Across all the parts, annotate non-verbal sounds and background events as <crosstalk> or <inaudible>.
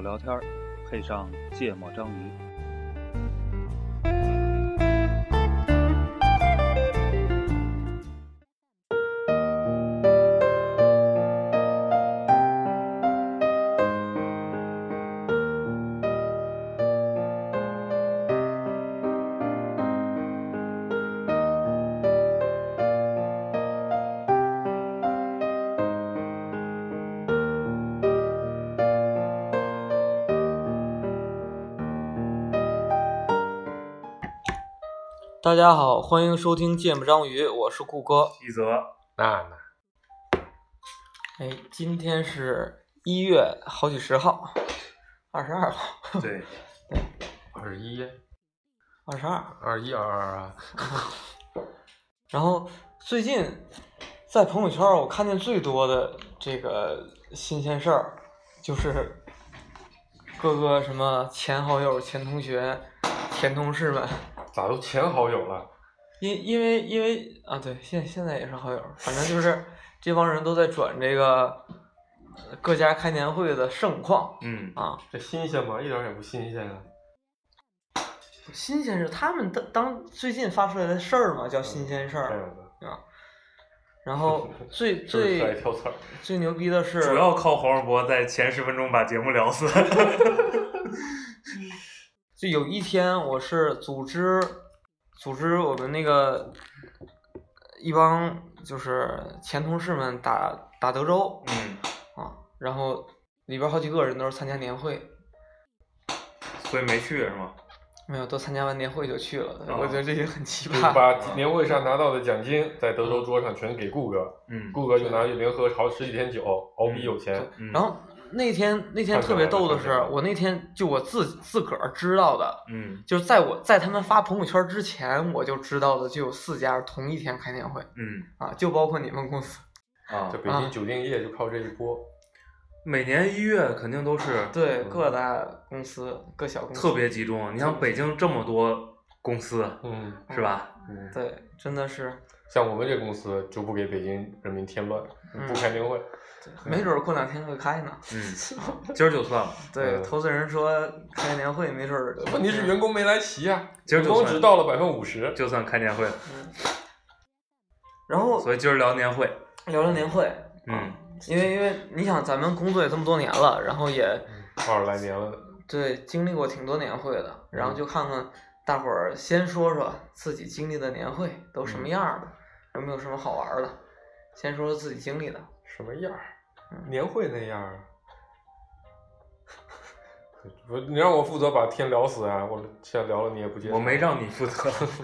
聊天，配上芥末章鱼。大家好，欢迎收听《芥末章鱼》，我是顾哥。一则娜娜，哎，今天是一月好几十号，二十二号， <laughs> 对， <laughs> 二一二十二。二一二二啊，然后最近在朋友圈我看见最多的这个新鲜事儿，就是各个什么前好友、前同学、前同事们，咋都前好友了？因因为因为啊，对，现现在也是好友，反正就是这帮人都在转这个呃各家开年会的盛况嗯，啊。这新鲜吗？一点儿也不新鲜啊！新鲜事，他们当当最近发出来的事儿嘛，嗯叫新鲜事这儿。啊样的，然 <laughs> 后最就是爱最挑刺儿。 <laughs> 最牛逼的是，主要靠黄世博在前十分钟把节目聊死。 <laughs> 就有一天我是组织组织我们那个一帮就是前同事们打打德州嗯，啊，然后里边好几个人都是参加年会，所以没去是吗？没有都参加完年会就去了，哦我觉得这就很奇就是葩。把年会上拿到的奖金在德州桌上全给顾哥，嗯顾哥就拿去联合炒十几天酒，熬逼有钱。嗯然后那天那天太特别屌了逗的太是屌，了我那天就我自自个儿知道的。嗯就是在我在他们发朋友圈之前，我就知道的就有四家同一天开年会嗯啊，就包括你们公司。啊这，北京酒店业就靠这一波，每年一月肯定都是对，各大公司、各小公司特别集中。你像北京这么多公司嗯是吧？嗯，对，真的是，像我们这公司就不给北京人民添乱，嗯不开年会，对没准儿过两天会开呢。嗯， <laughs> 今儿就算了，对，嗯呃投资人说开年会，没准儿。问题是员工没来齐啊，今儿员就工算只到了百分之五十。就算开年会了。嗯。然后所以今儿聊年会，聊聊年会，嗯，因为因为你想，咱们工作也这么多年了，然后也嗯二十来年了，对经历过挺多年会的，然后就看看大伙儿先说说自己经历的年会都什么样儿的，有没有什么好玩儿的，先说说自己经历的。什么样儿嗯？年会那样儿啊？ <laughs> 不，你让我负责把天聊死啊！我现在聊了你也不接受。我没让你负责。 <laughs>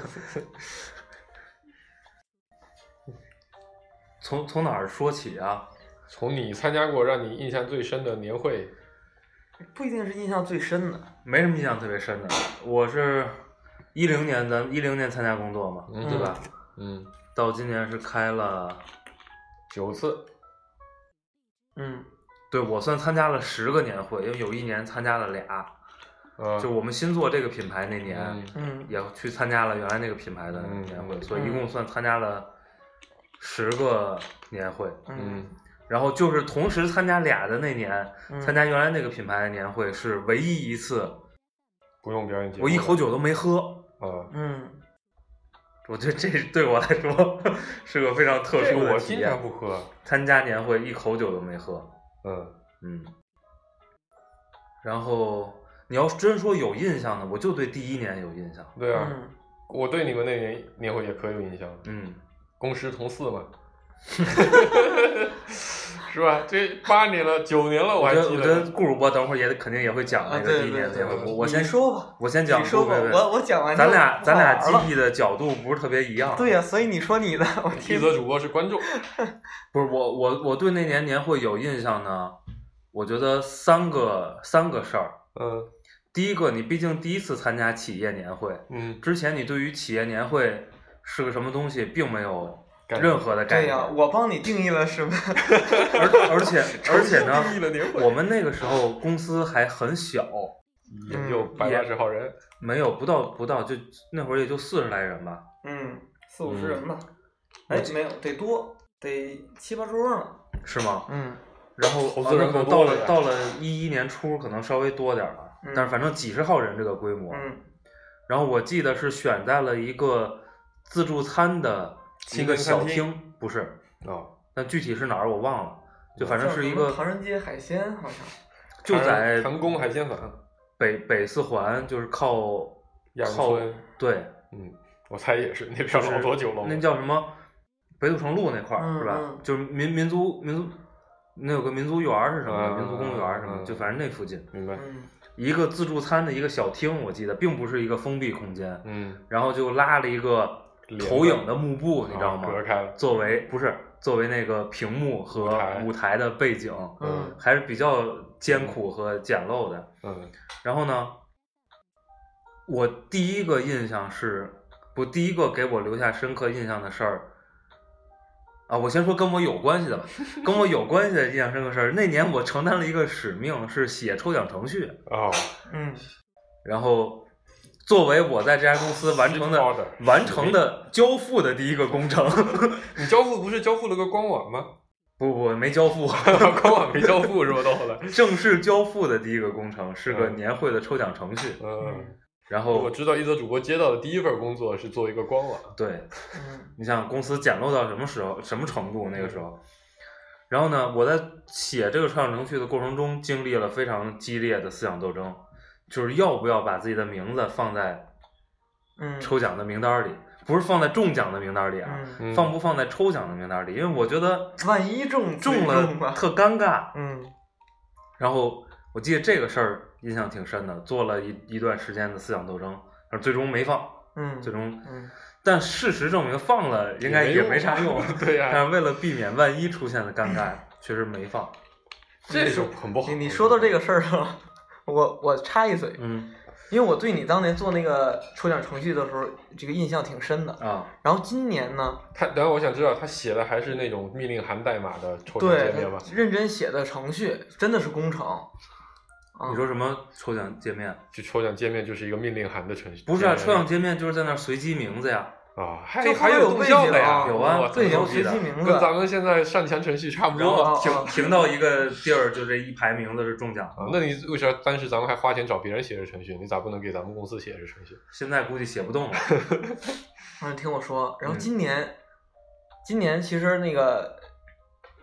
从从哪儿说起啊？从你参加过让你印象最深的年会，不一定是印象最深的，没什么印象特别深的。我是一零年，咱一零年参加工作嘛，嗯对吧？嗯，到今年是开了，九次，嗯，对我算参加了十个年会，因为有一年参加了俩，啊，就我们新做这个品牌那年、嗯嗯，也去参加了原来那个品牌的嗯年会，所以一共算参加了十个年会。嗯，嗯，然后就是同时参加俩的那年，嗯参加原来那个品牌的年会是唯一一次，不用表演节目，我一口酒都没喝。啊，嗯，我觉得这对我来说是个非常特这殊我的体经验常。不喝，参加年会一口酒都没喝，嗯，嗯。然后你要真说有印象的，我就对第一年有印象，对啊，嗯，我对你们那年年会也可有印象了，嗯，公师同四 <laughs> 嘛，是吧？这八年了，九年了，我我还觉得记我觉得得。顾主播等会儿也肯定也会讲啊那对个第一对年对那个，对我我你先说吧，我先讲你说顾吧贝，贝我我讲完就咱俩不咱俩好玩了记忆的角度不是特别一 <laughs> 样，对呀、所以你说你的， <laughs> 我一听，则主播是观众，不是我我我对那年年会有印象呢，我觉得三个三个事儿，嗯第一个你毕竟第一次参加企业年会，嗯，之前你对于企业年会是个什么东西并没有概念任何的概对念，呀、我帮你定义了什么？ <laughs> 而而且而且呢，定义了年会，我们那个时候公司还很小，也嗯就百八十号人，没有不到不到就那会儿也就四十来人吧，嗯，四五十人吧，哎，没有，得多，得七八桌呢。是吗？嗯，然后投呃资人那可可到多了了呀到了一一年初，可能稍微多点儿吧，嗯但是反正几十号人这个规模。嗯然后我记得是选在了一个自助餐的一清个真餐小厅厅，不是，哦，但具体是哪儿我忘了，就反正叫是一什么个唐人街海鲜，好像就唐在唐宫海鲜坊北北四环，就是靠亚运靠村，对，嗯，我猜也是那边老多酒楼了，那叫什么北土城路那块儿、嗯是吧嗯？就是民民族民族那有个民族园儿是什么？嗯民族公园儿什么？嗯就反正那附近明白，嗯一个自助餐的一个小厅，我记得并不是一个封闭空间，嗯，然后就拉了一个帘投子影的幕布，你知道吗？啊隔开了，作为不是作为那个屏幕舞和台舞台的背景，嗯还是比较艰苦和简陋的。 <laughs> 嗯然后呢，我第一个印象是，不，第一个给我留下深刻印象的事儿，啊，我先说跟我有 <laughs> 关系的吧，跟我有关系的印象深刻事儿。那年我承担了一个使命，是写抽奖程序，哦，嗯然后作为我在这家公 <laughs> 司完成是这样的的完成的交付的第一个工程， <laughs> 你交付不是交付了个光碗吗？ <laughs> 不不没交付，光碗没交付是吧？到后来，正式交付的第一个工程是个嗯年会的抽奖程序，嗯，然我后知道一则主播接到的第一份工作是做一个光碗，对。嗯你想公司简陋到什么时候、什么程度？那个时候，然后呢，我在写这个创想程序的过程中，经历了非常激烈的思想斗争，就是要不要把自己的名字放在嗯，抽奖的名单里，不是放在中奖的名单里啊，嗯，嗯放不放在抽奖的名单里？因为我觉得万一中中了了特尴尬。嗯然后我记得这个事儿印象挺深的，做了一一段时间的思想斗争，但是最终没放，嗯，最终，嗯但事实证明放了应该也没啥用。啊 <laughs> 对呀、 <laughs> 但是为了避免万一出现的尴尬，确实没放。这就很不好。你你说到这个事儿上了，我我插一嘴，嗯因为我对你当年做那个抽奖程序的时候，这个印象挺深的。啊，然后今年呢，他，然后我想知道他写的还是那种命令函代码的抽象对界面吗？他认真写的程序真的是工程。啊你说什么抽奖界面？就抽象界面就是一个命令函的程序，不是啊，界抽面奖界面就是在那儿随机名字呀。啊，这还不还是有动背效景的呀啊，有啊哇对，有有记随得机名跟字。咱们现在上传程序差不然后多。停停到一个地儿，就这一排名字是中奖啊的。那你为啥当时咱们还花钱找别人写这程序？你咋不能给咱们公司写这程序？现在估计写不动了。嗯，听我说，然后嗯今年，今年其实那个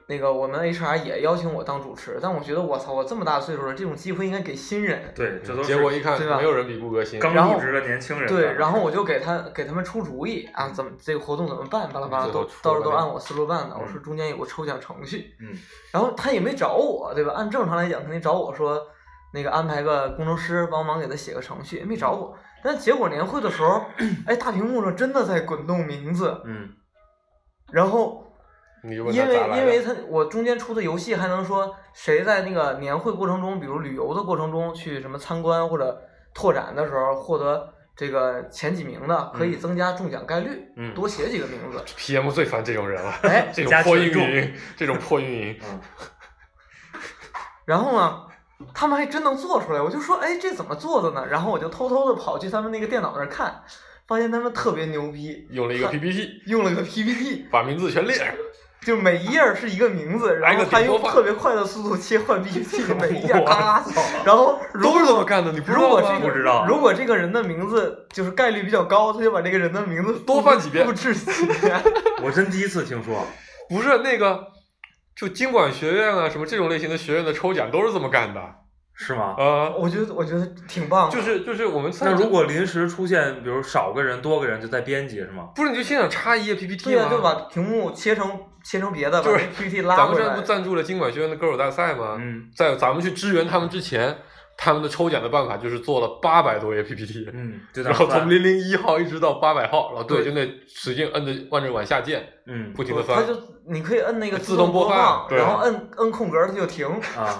那个我们 HR 也邀请我当主持，但我觉得我操，我这么大岁数了，这种机会应该给新人。对，这都结果是一看，对吧没有人比顾哥新。刚入职的年轻人。对，然后我就给他给他们出主意啊，怎么这个活动怎么办，巴拉巴拉最都后出到时候了都那按我思路办的。我嗯说中间有个抽奖程序，嗯然后他也没找我，对吧？按正常来讲，肯定找我说那个安排个工程师帮忙给他写个程序，也没找我。但结果年会的时候，哎，大屏幕上真的在滚动名字，嗯然后你就问他因为咋来因为的？他我中间出的游戏还能说谁在那个年会过程中，比如旅游的过程中去什么参观或者拓展的时候获得这个前几名的，可以嗯增加中奖概率，嗯多写几个名字。 PM 最烦这种人 <laughs> 了，哎，这加种破群运众营，这种破运营，嗯，然后呢，他们还真能做出来，我就说，哎，这怎么做的呢？然后我就偷偷的跑去他们那个电脑那儿看，发现他们特别牛逼，用了一个 PPT，用了个 PPT，把名字全列上。就每一页是一个名字，挨然个后还点播用放哎特别快的速度切换 <laughs> PPT，每一页咔咔扫，然后如都是这么果干的，你不知如道果吗？这不知个道如果这个人的名字就是概率比较高，他就把这个人的名字多翻几遍复制几 <laughs> 遍。嗯我真第一次听说。不是那个，就经管学院啊，什么这种类型的学院的抽奖都是这么干的啊、是吗？我觉得我觉得挺棒的，就是就是我们那如果临时出现，比如少个人、多个人，就在编辑是吗？不是你就现场插一页 PPT 对呀、吗？就把屏幕切成切成别的，就是把这 PPT 咱拉们回现在来不。赞助了经管学院的歌手大赛吗？嗯在咱们去支援他们之前，他们的抽奖的办法就是做了八百多页 PPT，、嗯，就在然后那儿从翻。零零一号一直到八百号，然后对对，就那使劲摁着按着往下键，嗯不停不的它翻。就你可以摁那个自动动播播放对然后摁摁空格它就停。啊，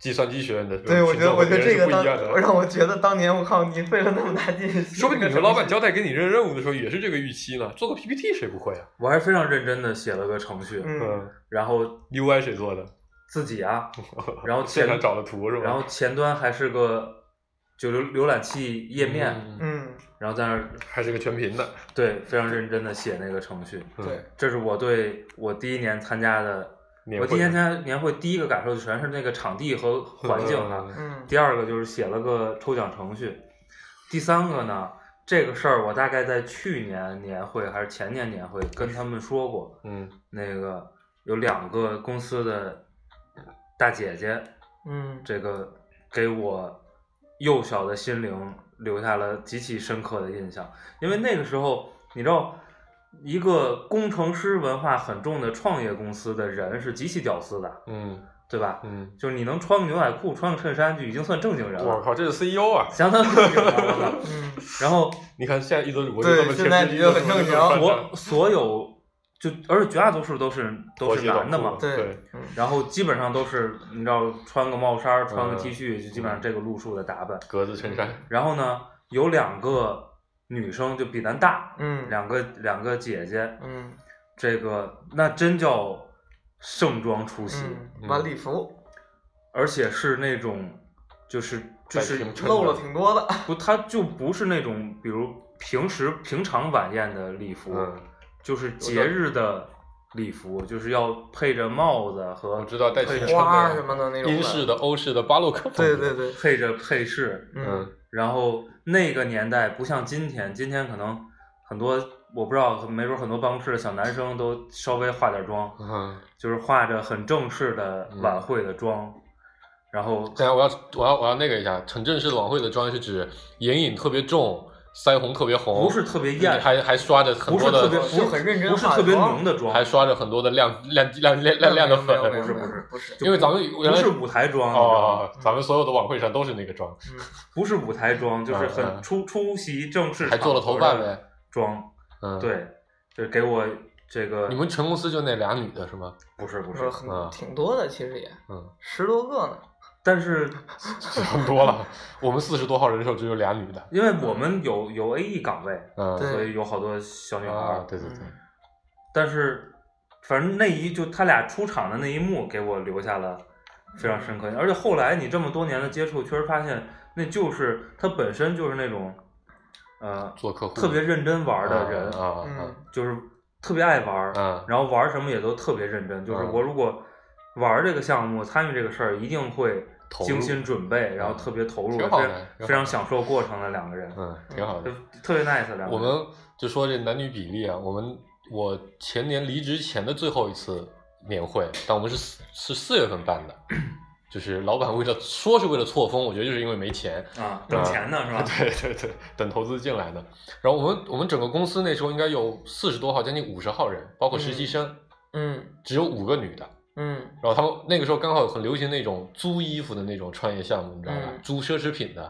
计算机学院的这种对，我觉得群众我觉得这个当和别人是不一样的。让我觉得当年我靠，你费了那么大劲，说不定你们老板交代给你任任务的时候也是这个预期呢，做个 PPT 谁不会啊？我还是非常认真的写了个程序，嗯嗯然后，UI 谁做的？自 <laughs> 己啊，然后现前场找的图是吧？然后前端还是个就浏浏览器页面，嗯嗯，然后在那儿还是个全屏的，对非常认真的写那个程序，嗯对，这是我对我第一年参加的年我会今年参加年会第一个感受全是那个场地和环境了，嗯嗯第二个就是写了个抽奖程序，第三个呢，这个事儿我大概在去年年会还是前年年会跟他们说过，嗯那个有两个公司的大姐姐，嗯这个给我幼小的心灵留下了极其深刻的印象，因为那个时候你知道。一个工程师文化很重的创业公司的人是极其屌丝的，嗯对吧？嗯，就是你能穿个牛仔裤、穿个衬衫就已经算正经人我了，靠，这是 CEO 啊！相当正经了。嗯然后你看现在一则主播对就这么现在你你就很正常所所有就而且绝大多数都是都是男的嘛，对对嗯然后基本上都是你知道穿个帽衫、穿个嗯 T 恤，就基本上这个路数的打扮。格子衬衫，然后呢，有两个女生就比咱大，嗯两个两个姐姐，嗯这个那真叫盛装出席，嗯晚礼服而且是那种就是就在是屏衬漏的了挺多的，不，它就不是那种比如平时平常晚宴的礼服，嗯，就是节日的礼服，就是要配着帽子我和嗯知道带配裙着花儿什么的那种啊的英式的、欧式的、巴洛克风对格，对对，配着配饰。嗯嗯，然后那个年代不像今天，今天可能很多我不知道，没准很多办公室的小男生都稍微化点妆，嗯，就是化着很正式的晚会的妆，然后等一下我要我要我要那个一下，很正式的晚会的妆是指眼影特别重，腮红特别红，不是特别艳，还还刷着很不是多特别的，不就很认真不是化特别妆浓的妆，还刷着很多的亮亮亮亮亮亮的没有没粉，有没有不是不是就因为不咱们原不来是舞台妆，你知道吗？哦，咱们所有的晚会上都是那个妆，嗯不是舞台妆，就是嗯嗯很出出席正式还做了头发的呗，妆，嗯，。对，就是给我这个你们全公司就那俩女的是吗？不是不不是是，很嗯挺多的，其实也嗯，十多个呢，但是 <laughs> 差不多了。我们四十多号人手只有俩女的，因为我们有有 A E 岗位，嗯，对所以有好多小女孩啊儿，，对对对，但是反正那一就他俩出场的那一幕给我留下了非常深刻，而且后来你这么多年的接触，确实发现那就是他本身就是那种呃做客户特别认真玩儿的人，啊啊啊嗯就是特别爱玩儿，啊，然后玩什么也都特别认真。就是嗯我如果玩这个项目、参与这个事儿，一定会投入嗯精心准备，然后特别投入，挺非好的常挺好的非常享受过程的两个人，嗯，挺好就的。特别 nice 的两个人。我们就说这男女比例啊，我们我前年离职前的最后一次年会，但我们是四是四月份办的，就是老板为了说是为了错峰，我觉得就是因为没钱，啊，等钱呢是吧？ <laughs> 对对对，等投资进来的。然后我们我们整个公司那时候应该有四十多号，将近五十号人，包括实习生，嗯只有五个女的。嗯然后他们那个时候刚好很流行那种租衣服的那种创业项目，你知道吧？嗯租奢侈品的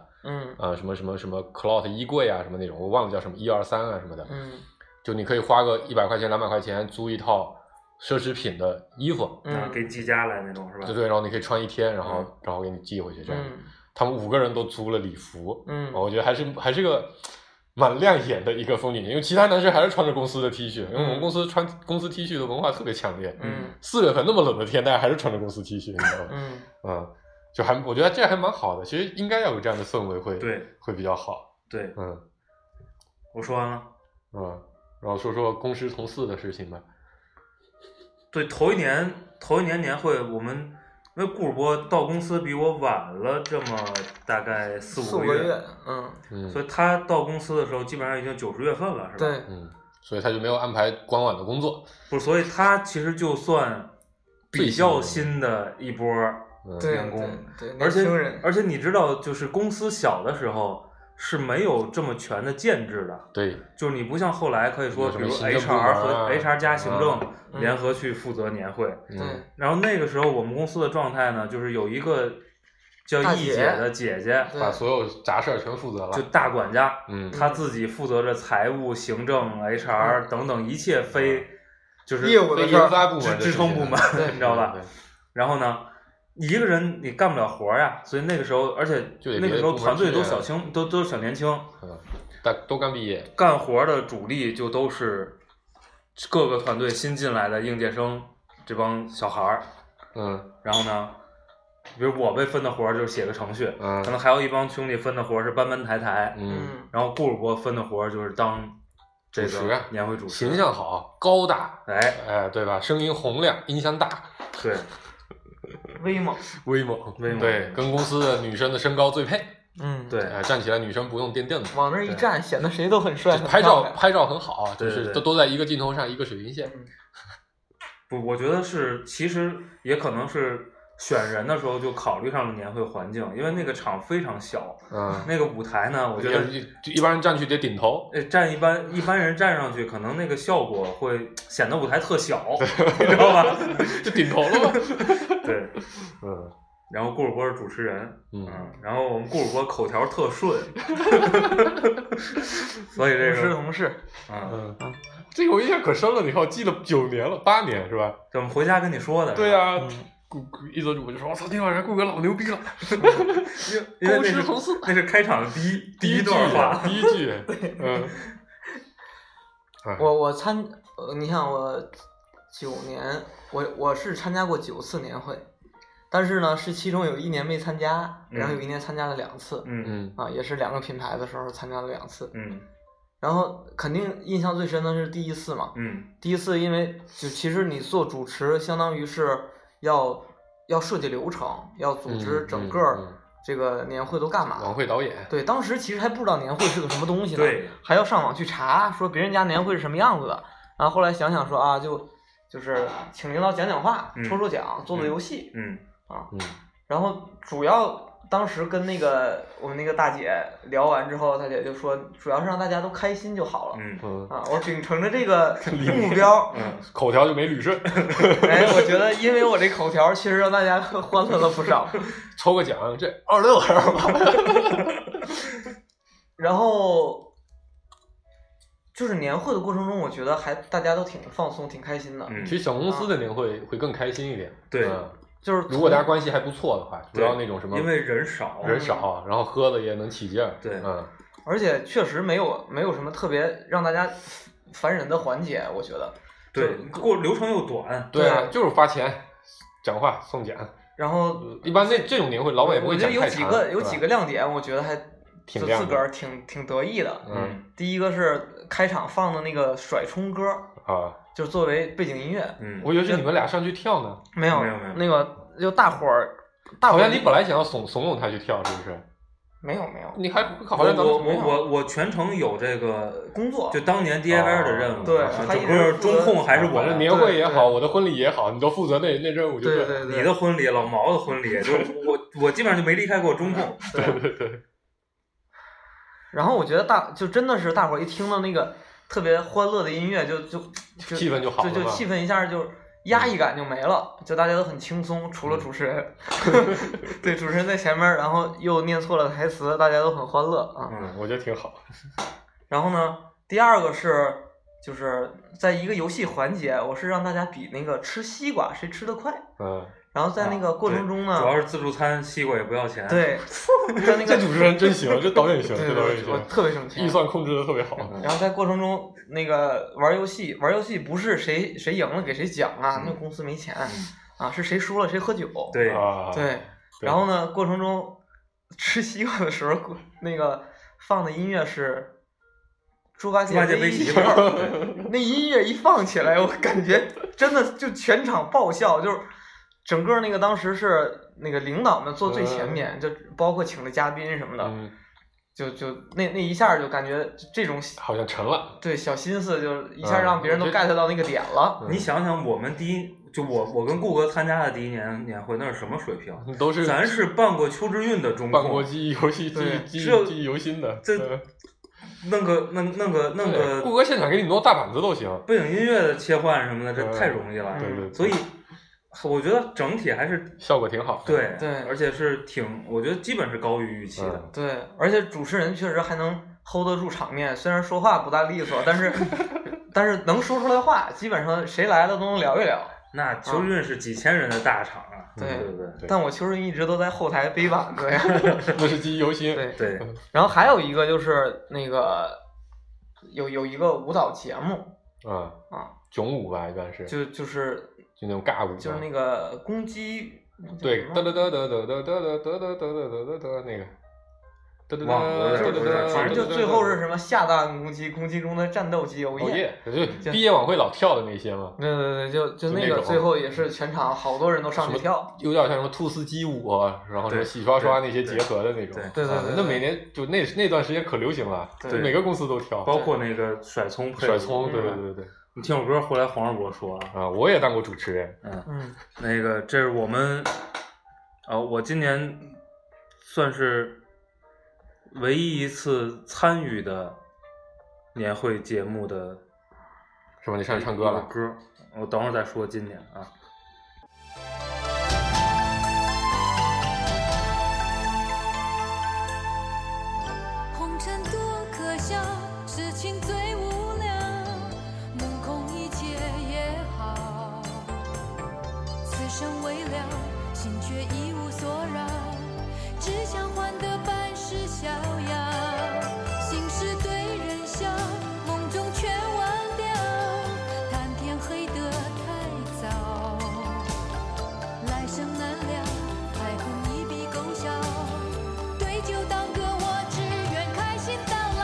啊、嗯什么什么什么 cloth 衣柜啊，什么那种，我忘了叫什么一二三啊什么的。嗯就你可以花个一百块钱、两百块钱租一套奢侈品的衣服，啊嗯给寄家来那种是吧？对对，然后你可以穿一天，然后、嗯然后给你寄回去这样。嗯他们五个人都租了礼服，嗯，我觉得还是还是个蛮亮眼的一个风景，因为其他男生还是穿着公司的 T 恤，因为我们公司穿公司 T 恤的文化特别强烈。嗯四月份那么冷的天，大家还是穿着公司 T 恤，你知道吗？嗯嗯，就还我觉得这还蛮好的，其实应该要有这样的氛围会对会比较好。对，嗯我说完啊了。嗯，然后说说公师同四的事情吧。对，头一年头一年年会我们。因为顾主播到公司比我晚了这么大概四四五五个个月，月，嗯嗯所以他到公司的时候基本上已经九十月份了，是吧？对，嗯，所以他就没有安排管晚的工作。不是，所以他其实就算比较最新新的一波儿，嗯，对员对工对，而年且轻人，而且你知道，就是公司小的时候是没有这么全的建制的，对，就是你不像后来可以说，有什比么如行政部门 HR 啊和 HR 加行政嗯联合去负责年会，嗯对然后那个时候我们公司的状态呢，就是有一个叫大易姐姐的姐姐，对把所有杂事儿全负责了。就大管家，嗯，他自己负责着财务、行政、HR 等等一切嗯非就是嗯业务的被事儿研发部门支的支撑部门事，对你知道吧对？对然后呢，一个人你干不了活儿呀，所以那个时候，而且就得那别个的时候部门团队去啊都呀小青，都都是小年轻，嗯，大都刚毕业，干活儿的主力就都是各个团队新进来的应届生这帮小孩儿。嗯然后呢，比如我被分的活儿就是写个程序，可嗯能还有一帮兄弟分的活儿是搬搬抬抬，嗯嗯，然后顾主播分的活儿就是当这主持啊个年会主持，形象好，高大，哎。哎，对吧？声音洪亮，音箱大， <laughs> 对，嗯威猛，威猛，威猛对，跟公司的女生的身高最配，嗯，，对，哎，站起来女生不用垫凳子，往那儿一站，显得谁都很帅，很拍漂照亮拍照很好啊，就对是对都都在一个镜头上，一个水平线，嗯不，我觉得是，其实也可能是选人的时候就考虑上了年会环境，因为那个场非常小，嗯，那个舞台呢，我觉得也一一般人站去得顶头， <laughs> 呃，站一般一般人站上去，可能那个效果会显得舞台特小， <laughs> 你知道吧？ <laughs> 就顶头了 <laughs> 嘛，对。嗯然后顾主播是主持人，嗯，嗯，然后我们顾主播口条特 <laughs> 顺，所以这同事个，同事，嗯，嗯，这个我印象可深了，你看我记了九年了，八年是吧？怎么回家跟你说的？对呀、嗯顾顾一泽主播就说：“我操，那晚上顾哥老牛逼了，因为因为公那师是同事。那是开场的第一”第一句段 <laughs> 话，第一句，嗯，哎我我参，呃你看我九年，我我是参加过九次年会，但是呢，是其中有一年没参加，然后有一年参加了两次，嗯嗯啊，也是两个品牌的时候参加了两次，嗯然后肯定印象最深的是第一次嘛，嗯第一次因为就其实你做主持，相当于是要要设计流程，要组织嗯整嗯个嗯哦这个年会都干嘛，晚会嗯导演，对，当时其实还不知道年会是个什么东西呢，对还要上网去查，说别人家年会是什么样子的。然后后来想想说啊，就就是请领导讲讲话，嗯抽抽奖，做做游戏。嗯嗯然后主要当时跟那个我们那个大姐聊完之后，大姐就说，主要是让大家都开心就好了。嗯嗯，啊，我秉承着这个目标， <laughs> 嗯口条就没捋顺， <laughs> 哎，我觉得因为我这口条，其实让大家欢乐了不 <laughs> 少。抽个奖，这二六还是吧？然后就是年会的过程中，我觉得还大家都挺放松、挺开心的。嗯其，实小公司的年会会更开心一点，对嗯就是 <laughs> 如果大家关系还不错的话，不要那种什么因为人少，人嗯少，然后喝的也能起劲儿，对嗯而且确实没有没有什么特别让大家烦人的环节，我觉得。对，过流程又短，对啊对，就是发钱。讲话送奖，然后一般那这种年会，老板也不我会觉讲得有太几长。个有对吧几个亮点，我觉得还挺自亮自的个儿挺挺得意的。嗯嗯第一个是开场放的那个甩葱歌，啊，就是作为背景音乐，嗯，我以为是你们俩上去跳呢，没有没有没有那个就大伙儿，大伙好儿像你本来想要怂怂恿他去跳，是不是？没有没有你还好我像咱我们我我我全程有这个工作就当年 DIY 的任务，哦对啊他一整直个负责中控还是我反正来年会也对好，我的婚礼也好，你都负责那那任务就对了。对，你的婚礼，老毛的婚礼，就是我我基本上就没离开过中控。 <laughs> 对对对，然后我觉得大就真的是大伙儿一听到那个特别欢乐的音乐，就就就气氛就好了嗯就就嘛气氛一下就压抑感就没了，就大家都很轻松，除嗯了主持人， <laughs> 对主持人在前面，然后又念错了台词，大家都很欢乐啊。嗯，我觉得挺好。然后呢，第二个是就是在一个游戏环节，我是让大家比那个吃西瓜谁吃得快，嗯，然后在那个过程中呢，主要是自助餐，西瓜也不要钱。， <laughs> 对，在那个 <laughs> 这主持人真行，这导演行，对这对导演对，我行，特别生气预。算控制的特别好。然后在过程中，那个玩游戏，玩游戏不是谁谁赢了给谁奖啊，嗯那公司没钱啊，是谁输了谁喝酒。对，啊，对，然后呢，过程中吃西瓜的时候，过那个放的音乐是《猪八戒猪八戒背背媳媳妇儿儿，》， <laughs> 那音乐一放起来，我感觉真的就全场爆笑，就是整个那个当时是那个领导们坐最前面，就包括请的嘉宾什么的，嗯，就就那那一下就感觉这种好像沉了。对小心思，就是一下嗯让别人都我觉得 get 到那个点了。你想想，我们第一就我我跟顾哥参加的第一年年会，那是什么水平？嗯都是咱是办过邱志运的中办国控，记忆游戏，记对啊忆记这忆记忆犹新的。这嗯弄个弄弄个弄对顾个哥现场给你弄大板子都行。背景音乐的切换什么的，这太容易了。嗯对对，所以我觉得整体还是效果挺好。，对对而且是挺，我觉得基本是高于预期的。嗯，对，而且主持人确实还能 hold 得住场面，虽然说话不大利索，但 <laughs> 是但是能说出来话，基本上谁来了都能聊一聊。那邱志运是几千人的大厂啊，对对不对？嗯对但我秋人一直都在后台背板子呀。 <laughs> <laughs> 那是记忆犹新。对，对，然后还有一个就是那个有有一个舞蹈节目嗯，啊，囧舞吧，一般是就就就是那种尬舞嘛，就是那个嗯公鸡。对，那哒叫什哒么哒哒哒哒哒哒哒哒哒哒哒哒哒那个，哒哒哒忘了我有哒点哒我有点哒反正就哒哒最后是哒什么下蛋攻击，攻击中的战斗机，哦哦耶！耶，对，毕业晚会老跳的那些嘛，对对对，就就就那那个种最后也是全场好多人都上去跳，有点像什么兔丝鸡舞啊，然后什么对洗刷刷那些对结合的那种。对对对啊对对那每年就那那段时间可流行了，对就每个公司都跳，包括那个甩葱配甩葱，对对吧对？对对。你听我歌，后来黄世博说啊，啊，我也当过主持人，嗯，嗯那个这是我们，呃，我今年算是唯一一次参与的年会节目的是吧？你上去唱歌一个了，歌，我等会儿再说今年啊。红尘多可笑，痴情最无聊，目空一切也好。此生未了，心却一无所扰，只想换得半世逍遥。心事对人笑，梦中全忘掉，谈天黑得太早。来生难料，海空一笔勾销。对酒当歌，我只愿开心到老。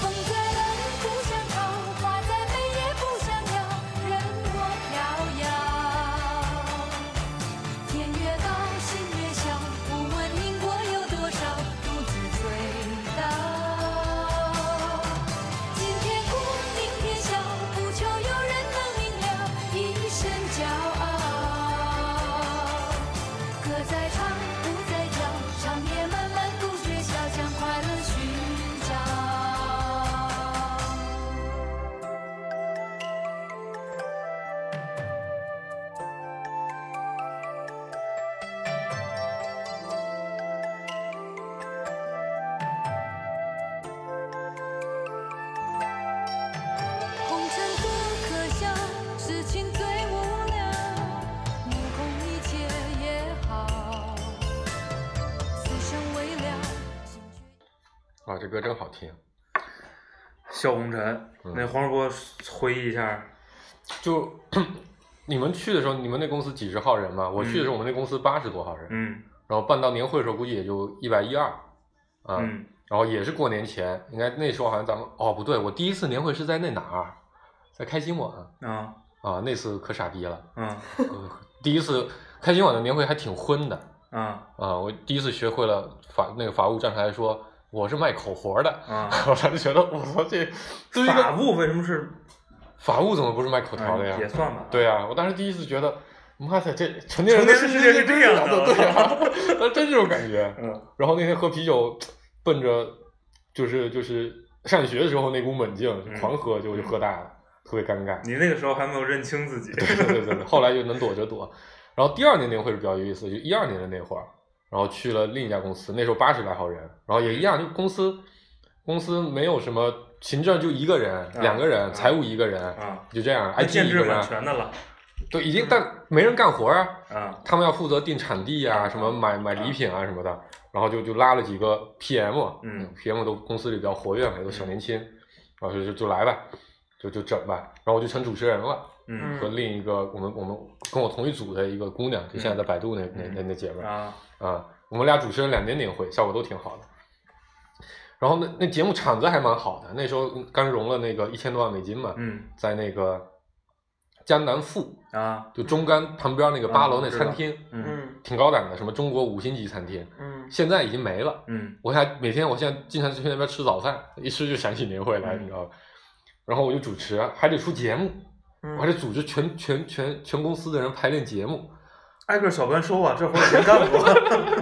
风在冷不想逃，花在美也不想要，任我飘摇。天越高，心越小，不问因果有多少，独自醉倒。今天哭，明天笑，不求有人能明了，一身骄傲。歌在唱，舞在跳，长夜漫漫不觉晓，将快乐寻找。红尘多可笑，痴情最无聊，目空一切也好。此生未了，心却。嗯啊，这歌真好听。笑红尘，嗯那黄世博回忆一下，就 <clears throat> 你们去的时候，你们那公司几十号人嘛？我去的时候，我们那公司八十多号人，嗯然后办到年会的时候，估计也就一百一二，啊，嗯，然后也是过年前，应该那时候好像咱们哦不对，我第一次年会是在那哪儿，在开心网啊啊，那次可傻逼了，啊呃第一次开心网的年会还挺昏的啊啊，我第一次学会了法那个法务站出来说我是卖口活的， <laughs> 啊！我当时觉得我操这对于一法个务为什么是法务怎么不是卖口条的呀哎？也算吧，对啊，我当时第一次觉得，妈的，这成年人成年人世界是这样的的，对啊， <laughs> 当时真这种感觉。嗯然后那天喝啤酒，奔着就是就是上学的时候那股猛劲，嗯就狂喝，结果就喝大了，特别尴尬。你那个时候还没有认清自己，对 <laughs> 对对对对，后来就能躲就躲。然后第二年那会是比较有意思，就一二年的那会儿，然后去了另一家公司，那时候八十来号人，然后也一样，就公司公司没有什么行政就一个人、啊两个人，啊财务一个人，啊，就这样那，IT 建一制个蛮人，啊全的了对，已经嗯但没人干活啊，啊他们要负责定产地啊，嗯什么买买礼品啊什么的，然后就就拉了几个 PM，嗯，PM 都公司里比较活跃嘛，也都小年轻，然后就就就来吧，就就整吧，然后我就成主持人了，嗯和另一个我们我们跟我同一组的一个姑娘，就现在在百度那那那那姐们儿嗯啊啊，我们俩主持人两年年会，效果都挺好的。然后那那节目场子还蛮好的，那时候刚融了那个一千多万美金嘛，嗯在那个江南富，啊就中干旁边那个八楼那餐厅，嗯嗯挺高档的，什么中国五星级餐厅，嗯现在已经没了。嗯我还每天，我现在经常去那边吃早饭，一吃就想起年会来，嗯你知道吧？然后我就主持，还得出节目，嗯，我还得组织全全全全公司的人排练节目，挨个小班收啊，这活儿没干过，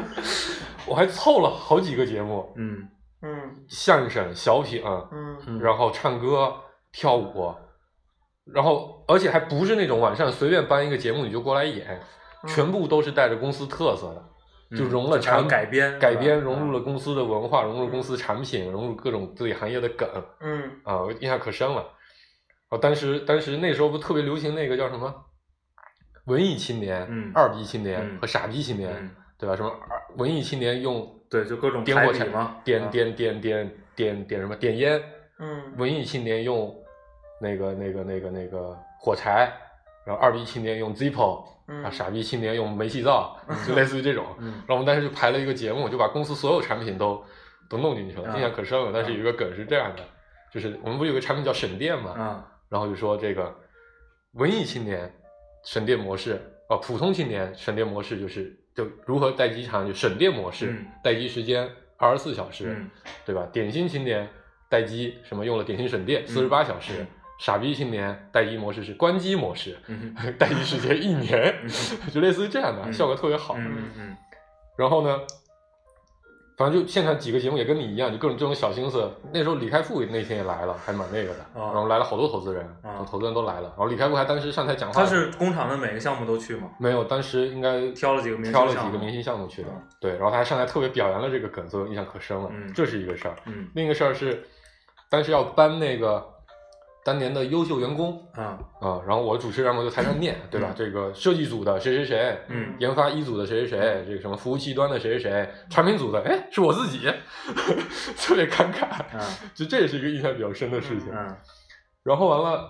我还凑了好几个节目， <laughs> 嗯嗯相声、小品，啊嗯嗯然后唱歌、跳舞，然后而且还不是那种晚上随便搬一个节目你就过来演，嗯全部都是带着公司特色的。嗯就融了还有产改编嗯改是吧啊编融入了公司的文化，融入公司产品，融入各种自己行业的梗嗯啊，我印象可深了。啊，当时当时那时候不特别流行那个叫什么文艺青年、嗯二逼青年、嗯和傻逼青年，嗯对吧？什么二文艺青年用对就各种点彩火礼柴嘛啊点点点点点点什么点烟，嗯文艺青年用那个那个那个那个火柴，然后二逼青年用 Zippo，嗯啊，傻逼青年用煤气灶，就类似于这种。嗯然后我们当时就排了一个节目，就把公司所有产品都都弄进去了，啊印象可深了。但是有一个梗是这样的，就是我们不是有个产品叫省电嘛，嗯然后就说这个文艺青年省电模式啊，普通青年省电模式就是就如何待机长，就省电模式，嗯待机时间二十四小时，嗯对吧？点心青年待机什么用了点心省电四十八小时，嗯傻逼青年待机模式是关机模式， <laughs> 嗯哼待机时间一年，就类似于这样的，嗯效果特别好。嗯嗯然后呢，反正就现场几个节目也跟你一样，就各种这种小心思。那时候李开复那天也来了，还蛮那个的，哦然后来了好多投资人，哦投资人都来了。然后李开复还当时上台讲话，他是工厂的每个项目都去吗？没有，当时应该挑了几个明星挑了项几个目明星项目去的嗯，对。然后他还上来特别表扬了这个梗，所以我印象可深了。嗯这是一个事儿，嗯另一个事儿是，当时要颁那个当年的优秀员工啊啊、然后我主持人我就台上念，对吧？这个设计组的谁谁谁，嗯研发一组的谁谁谁，这个什么服务器端的谁谁谁，产品组的，哎，是我自己， <laughs> 特别尴尬。嗯就这也是一个印象比较深的事情。嗯然后完了，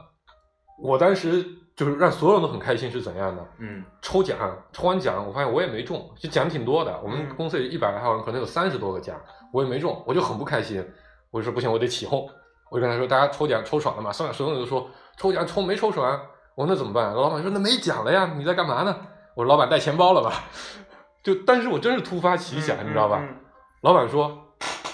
我当时就是让所有人都很开心是怎样的？嗯抽奖，抽完奖我发现我也没中，就奖挺多的，我们嗯公司一百来号人，可能有三十多个奖，我也没中，我就很不开心。我就说不行，我得起哄。我就跟他说，大家抽奖抽爽了嘛？上来所有人都说抽奖抽没抽爽。我说那怎么办？老板说那没奖了呀，你在干嘛呢？我说老板带钱包了吧？ <laughs> 就但是我真是突发奇想，你知道吧？嗯老板说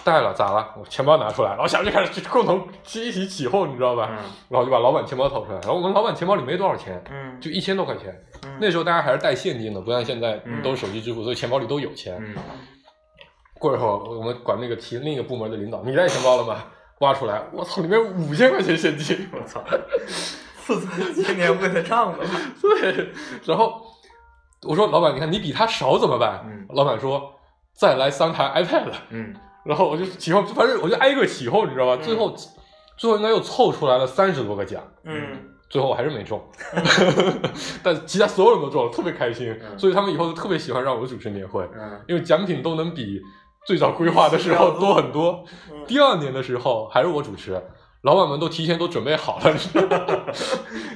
带了，咋了？我钱包拿出来，然后下面就开始共同一起起哄，你知道吧？嗯然后就把老板钱包掏出来，然后我们老板钱包里没多少钱，嗯就一千多块钱。嗯那时候大家还是带现金的，不像现在嗯都是手机支付，所以钱包里都有钱。嗯过一会儿，我们管那个提另一个部门的领导，你带钱包了吗？挖出来，我操，里面五千块钱现金。 <laughs> 我操负责今年会的账的吧？对，然后我说老板，你看你比他少怎么办？嗯老板说再来三台 iPad。嗯然后我就起哄，反正我就挨个起哄，你知道吧？最后最后应该又凑出来了三十多个奖，嗯，最后我还是没中， <laughs> 但其他所有人都中了，特别开心。嗯所以他们以后就特别喜欢让我主持年会，嗯因为奖品都能比最早规划的时候多很多。第二年的时候还是我主持，老板们都提前都准备好了，你知道吗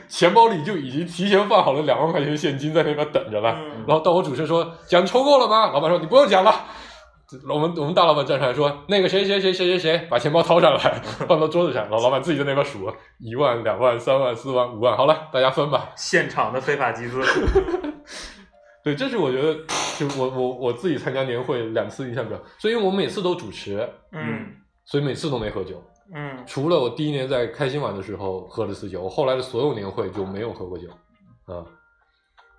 钱包里就已经提前放好了两万块钱现金在那边等着了。嗯然后到我主持说奖抽够了吗？老板说你不用讲了。我们我们大老板站出来说，那个谁谁谁谁谁谁把钱包掏上来，放到桌子上。然后老板自己在那边数，一万、两万、三万、四万、五万，好了，大家分吧。现场的非法集 <laughs> 资对，这是我觉得，就我我我自己参加年会两次印象比较，所以我每次都主持，嗯所以每次都没喝酒，嗯除了我第一年在开心晚的时候喝了次酒，我后来的所有年会就没有喝过酒，啊，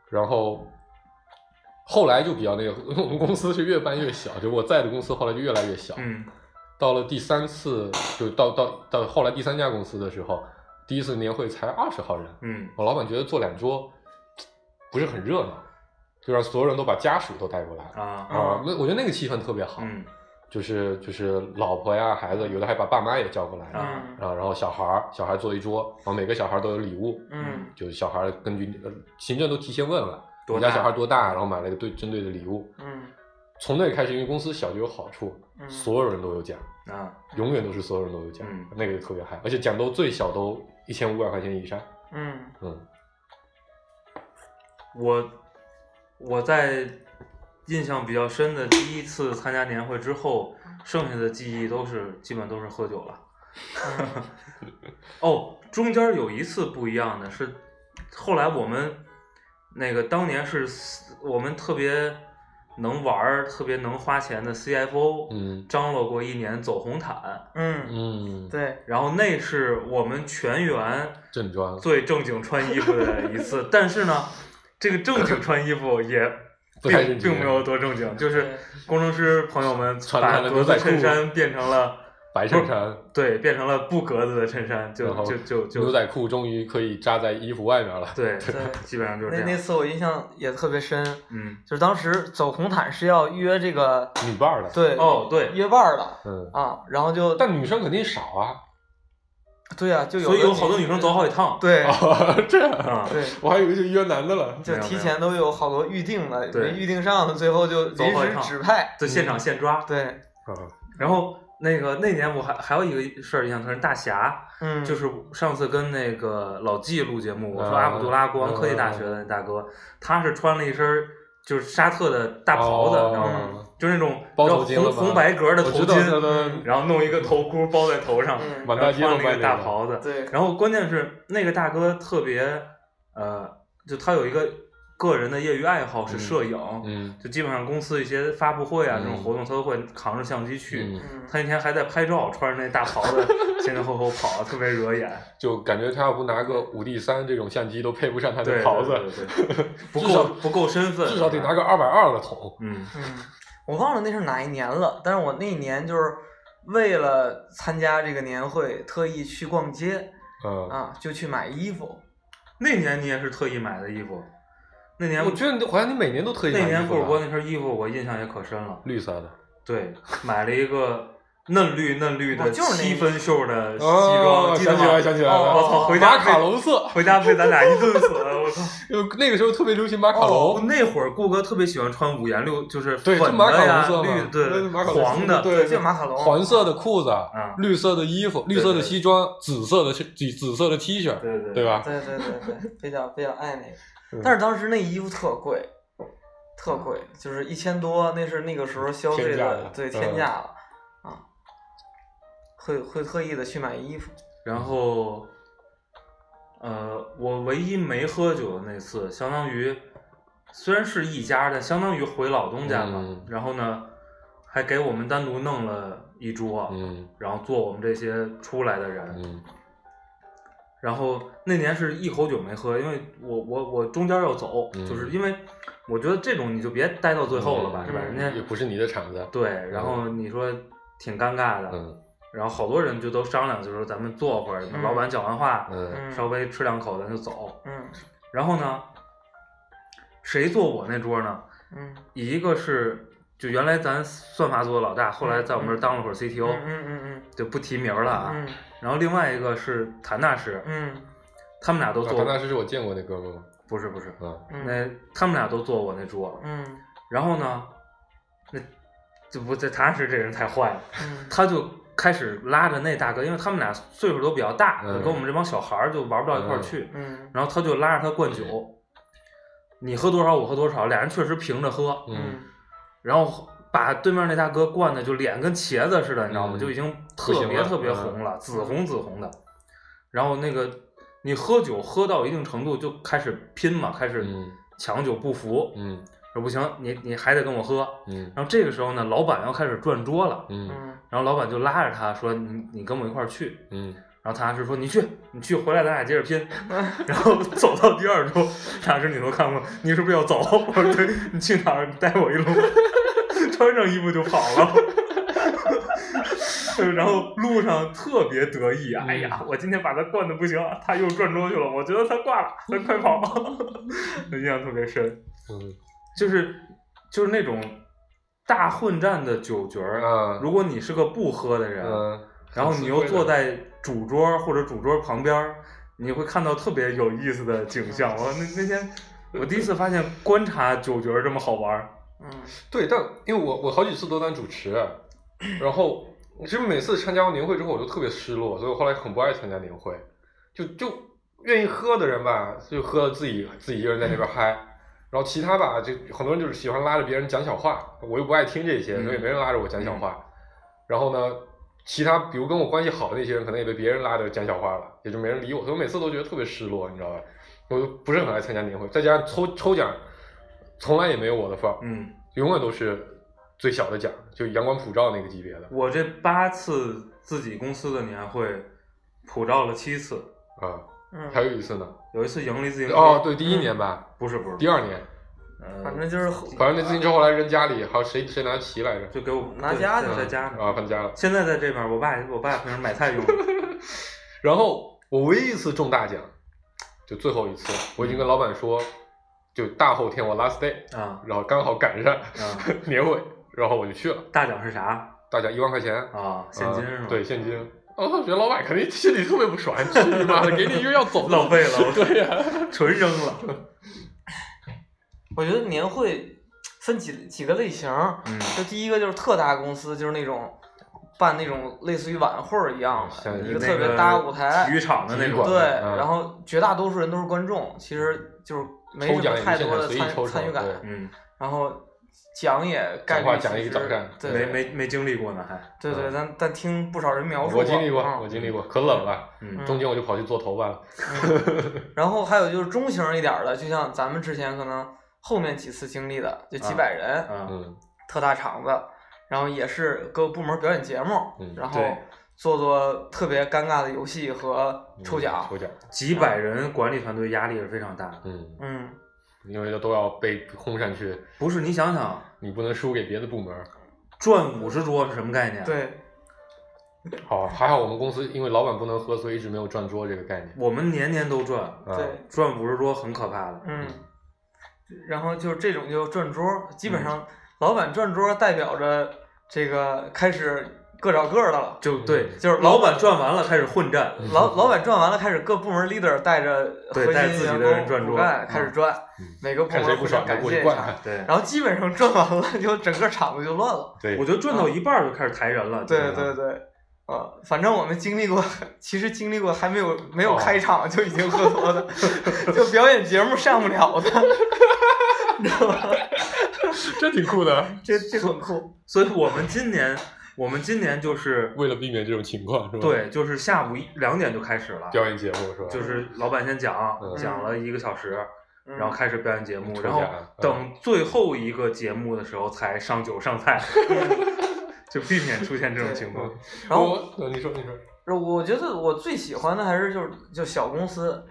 然后后来就比较那个， <laughs> 因为我们公司是越办越小，就我在的公司后来就越来越小，嗯到了第三次，就到到到后来第三家公司的时候，第一次年会才二十号人，嗯我老板觉得坐两桌不是很热闹，就让所有人都把家属都带过来了，啊啊，那我觉得那个气氛特别好，嗯就是就是老婆呀孩子，有的还把爸妈也叫过来，啊嗯啊，然后小孩儿，小孩坐一桌，然后每个小孩儿都有礼物，嗯就是小孩儿根据呃行政都提前问了，多你家大小孩儿多大，然后买了一个对针对的礼物。嗯从那开始，因为公司小就有好处，嗯，所有人都有奖，啊永远都是所有人都有奖，嗯那个就特别嗨，而且奖都最小都一千五百块钱以上，嗯嗯我我在印象比较深的第一次参加年会之后，剩下的记忆都是基本都是喝酒了。哦，中间有一次不一样的是，后来我们那个当年是四我们特别能玩儿、特别能花钱的 CFO，、嗯张罗过一年走红毯，嗯，嗯，对，然后那是我们全员正装最正经穿衣服的一次，但是呢，这个正经穿衣服也 <laughs> 不太并正经并没有多正经，就是工程师朋友们穿把他的格牛子仔衬裤衫变成了白衬衫，对，变成了不格子的衬衫，就然后就就就牛仔裤终于可以扎在衣服外面了，对，对 <laughs> 基本上就是那这那样。次我印象也特别深，嗯，就是当时走红毯是要约这个女伴儿了，对哦对，约伴儿的嗯，啊，然后就但女生肯定少啊，对呀，就有所以的有好多女生走好几趟。对这样， <laughs> 啊，对，我还以为就约男的了，就提前都有好多预定了，对没预定上的，最后就走临好一时趟指派。在现场现抓。对，啊，然后那个那年我还还有一个事儿印象特深，大侠嗯，就是上次跟那个老纪录节目，我说啊阿卜杜拉国王科技大学的那大哥，他是穿了一身儿就是沙特的大袍子，哦你知道吗？嗯就那种包叫头巾了红吗红白格的我头知道知道巾，嗯然后弄一个头箍包在头上，嗯满然后大街穿都了一卖个那大个袍子，对，然后关键是那个大哥特别，呃，就他有一个个人的业余爱好是嗯摄影，嗯就基本上公司一些发布会啊、这种嗯活动，他都会扛着相机去。嗯，嗯，他那天还在拍照，穿着那大袍 <laughs> 子前前后后跑，特别惹眼。就感觉他要不拿个五 D 三这种相机都配不上他对的袍子，对对对对不至少够不够身份，至少得拿个二百二的桶。嗯嗯，我忘了那是哪一年了，但是我那一年就是为了参加这个年会，特意去逛街嗯，啊，就去买衣服。那年你也是特意买的衣服，那年我觉得你好像你每年都特意那买年衣布服尔吧波那身衣服我印象也可深了。绿色的，对，买了一个嫩绿嫩绿哦的就是那七分袖的西装，哦，记得想吗起来想起来哦我了，操，回马家被卡龙色，回家被咱俩一顿损，我操！就那个时候特别流行马卡我龙，那会儿顾哥特别喜欢穿五颜六，就是对粉就马卡的呀、龙色嘛绿对对、马卡龙色黄的，对就马卡哦龙，黄色的裤子，嗯绿色的衣服，绿色的西装，紫色的紫紫色的 T 恤，对对对？吧？对对对对，比较比较爱那个 <laughs> 嗯，但是当时那衣服特贵，特贵，就是一千多，那是那个时候消费天价了的，对天嗯价了，啊，会会特意的去买衣服，然后，呃，我唯一没喝酒的那次，相当于虽然是一家，但相当于回老东家嘛。嗯然后呢，还给我们单独弄了一桌，嗯然后做我们这些出来的人。嗯然后那年是一口酒没喝，因为我我我中间要走，嗯就是因为我觉得这种你就别待到最后了吧，嗯是吧？人也家不是你的场子，对，然后你说挺尴尬的，嗯然后好多人就都商量，就说咱们坐会儿，嗯老板讲完话，嗯嗯稍微吃两口咱就走。嗯然后呢，谁坐我那桌呢？嗯一个是就原来咱算法组的老大，后来在我们这儿当了会儿嗯 CTO，、嗯就不提名了啊。嗯然后另外一个是谭大师，嗯他们俩都啊坐，唐大师是我见过那哥们儿吗？不是不是，嗯嗯那他们俩都坐我那桌。嗯然后呢，那这不这谭大师这人太坏了，嗯他就开始拉着那大哥，因为他们俩岁数都比较大，嗯跟我们这帮小孩儿就玩不到一块儿去。嗯然后他就拉着他灌酒，你喝多少我喝多少，俩人确实平着喝，嗯嗯然后把对面那大哥灌的就脸跟茄子似的，你知道吗？嗯就已经不特行别了特别嗯红了，紫红紫红的。然后那个你喝酒喝到一定程度就开始拼嘛，开始嗯强酒不服，嗯说不行，你你还得跟我喝。嗯然后这个时候呢，老板要开始转桌了，嗯嗯然后老板就拉着他说：“你你跟我一块儿去。”嗯，然后唐老师说：“你去，你去，回来咱俩接着拼。” <laughs> 然后走到第二周，唐老师你都看过，你是不是要走？ <laughs> 我说：“对，你去哪儿带我一路？” <laughs> 穿上衣服就跑了。 <laughs> 然后路上特别得意，哎呀，我今天把他灌的不行，啊他又转桌去了，我觉得他挂了，咱快跑！ <laughs> 印象特别深，嗯就是就是那种大混战的酒局儿，啊如果你是个不喝的人，嗯，然后你又很坐吃亏的在主桌或者主桌旁边儿，你会看到特别有意思的嗯景象。我那那天我第一次发现观察酒局儿这么好玩儿。嗯对，但因为我我好几次都当主持，啊然后其实每次参加完年会之后我就特别失落，所以我后来很不爱参加年会，就就愿意喝的人吧，就喝自己自己一个人在那边嗨。然后其他吧，就很多人就是喜欢拉着别人讲小话，我又不爱听这些，所以没人拉着我讲小话。然后呢，其他比如跟我关系好的那些人，可能也被别人拉着讲小话了，也就没人理我，所以我每次都觉得特别失落，你知道吧？我就不是很爱参加年会，再加上抽抽奖，从来也没有我的份儿，嗯，永远都是最小的奖，就阳光普照那个级别的我这八次自己公司的年会，普照了七次，啊。嗯，还有一次呢，有一次赢了一次赢哦，，对，第一年吧，不是不是，第二年，呃反正就是反正那自行车后来扔家里，还有谁谁拿旗来着？就给我拿对家去在了在家呢啊，搬家了。现在在这边儿，我爸我爸平时买菜 <laughs> 用的。然后我唯一一次中大奖，就最后一次，我已经跟老板说，就大后天我 last day，啊然后刚好赶上啊，年会，然后我就去了，大奖是啥大奖一万块钱，啊？现金啊是吗？对，现金。哦，觉得老板肯定 <laughs> 心里特别不爽，去你妈的，给你一个要走的，浪费了对呀、 <laughs> 纯扔了。我觉得年会分几几个类型儿，嗯，就第一个就是特大公司，就是那种办那种类似于晚会儿一样的，像一个那特别大舞体台育，场的那体育种馆。对，嗯然后绝大多数人都是观众，其实就是没抽什奖么也是太现多场的随意参抽参与成感对。嗯然后讲也概讲话率讲其一实早干对没对没嗯没经历过呢，还对对，，但但听不少人描述我经历过啊，我经历过，可冷了，嗯嗯中间我就跑去做头发了。然后还有就是中型一点儿的，就像咱们之前可能后面几次经历的，就几百人、嗯嗯，特大场子，然后也是各个部门表演节目，嗯然后对做做特别尴尬的游戏和抽奖嗯。抽奖，几百人管理团队压力是非常大的。嗯，嗯，因为都要被轰上去，不是你想想，你不能输给别的部门。转五十桌是什么概念？，啊对，好，还好我们公司因为老板不能喝，所以一直没有转桌这个概念。我们年年都转，啊对， <laughs> 转五十桌很可怕的。嗯，然后就是这种就转桌，基嗯本上老板转桌代表着这个开始各找各的了，就对，就是老板转完了开始混战，嗯老老板转完了，开始各部门 leader 带着核对心带自己的员人工转骨桌干嗯开始转嗯，每个部看谁门互不爽相就感过谢去一灌下。他。对，然后基本上转完了，就整个场子就乱了。对我，觉得转到一半儿就开始抬人了。嗯对真的对对，啊，反正我们经历过， <laughs> 其实经历过还没有没有哦开场就已经喝多的， <laughs> 就表演节目上不了 <laughs> 的，你知道吗？这挺酷的。这这很酷。所以我们今年，我们今年就是为了避免这种情况，是吧？，对，就是下午一两点就开始了，表演节目是吧？就是老板先讲，嗯讲了一个小时，嗯然后开始表演节目，抽然奖后嗯等最后一个节目的时候才上酒上 <laughs> 菜，就避免出现这种情况。然后我，呃你说，你说，我我觉得我最喜欢的还是就是就小公司，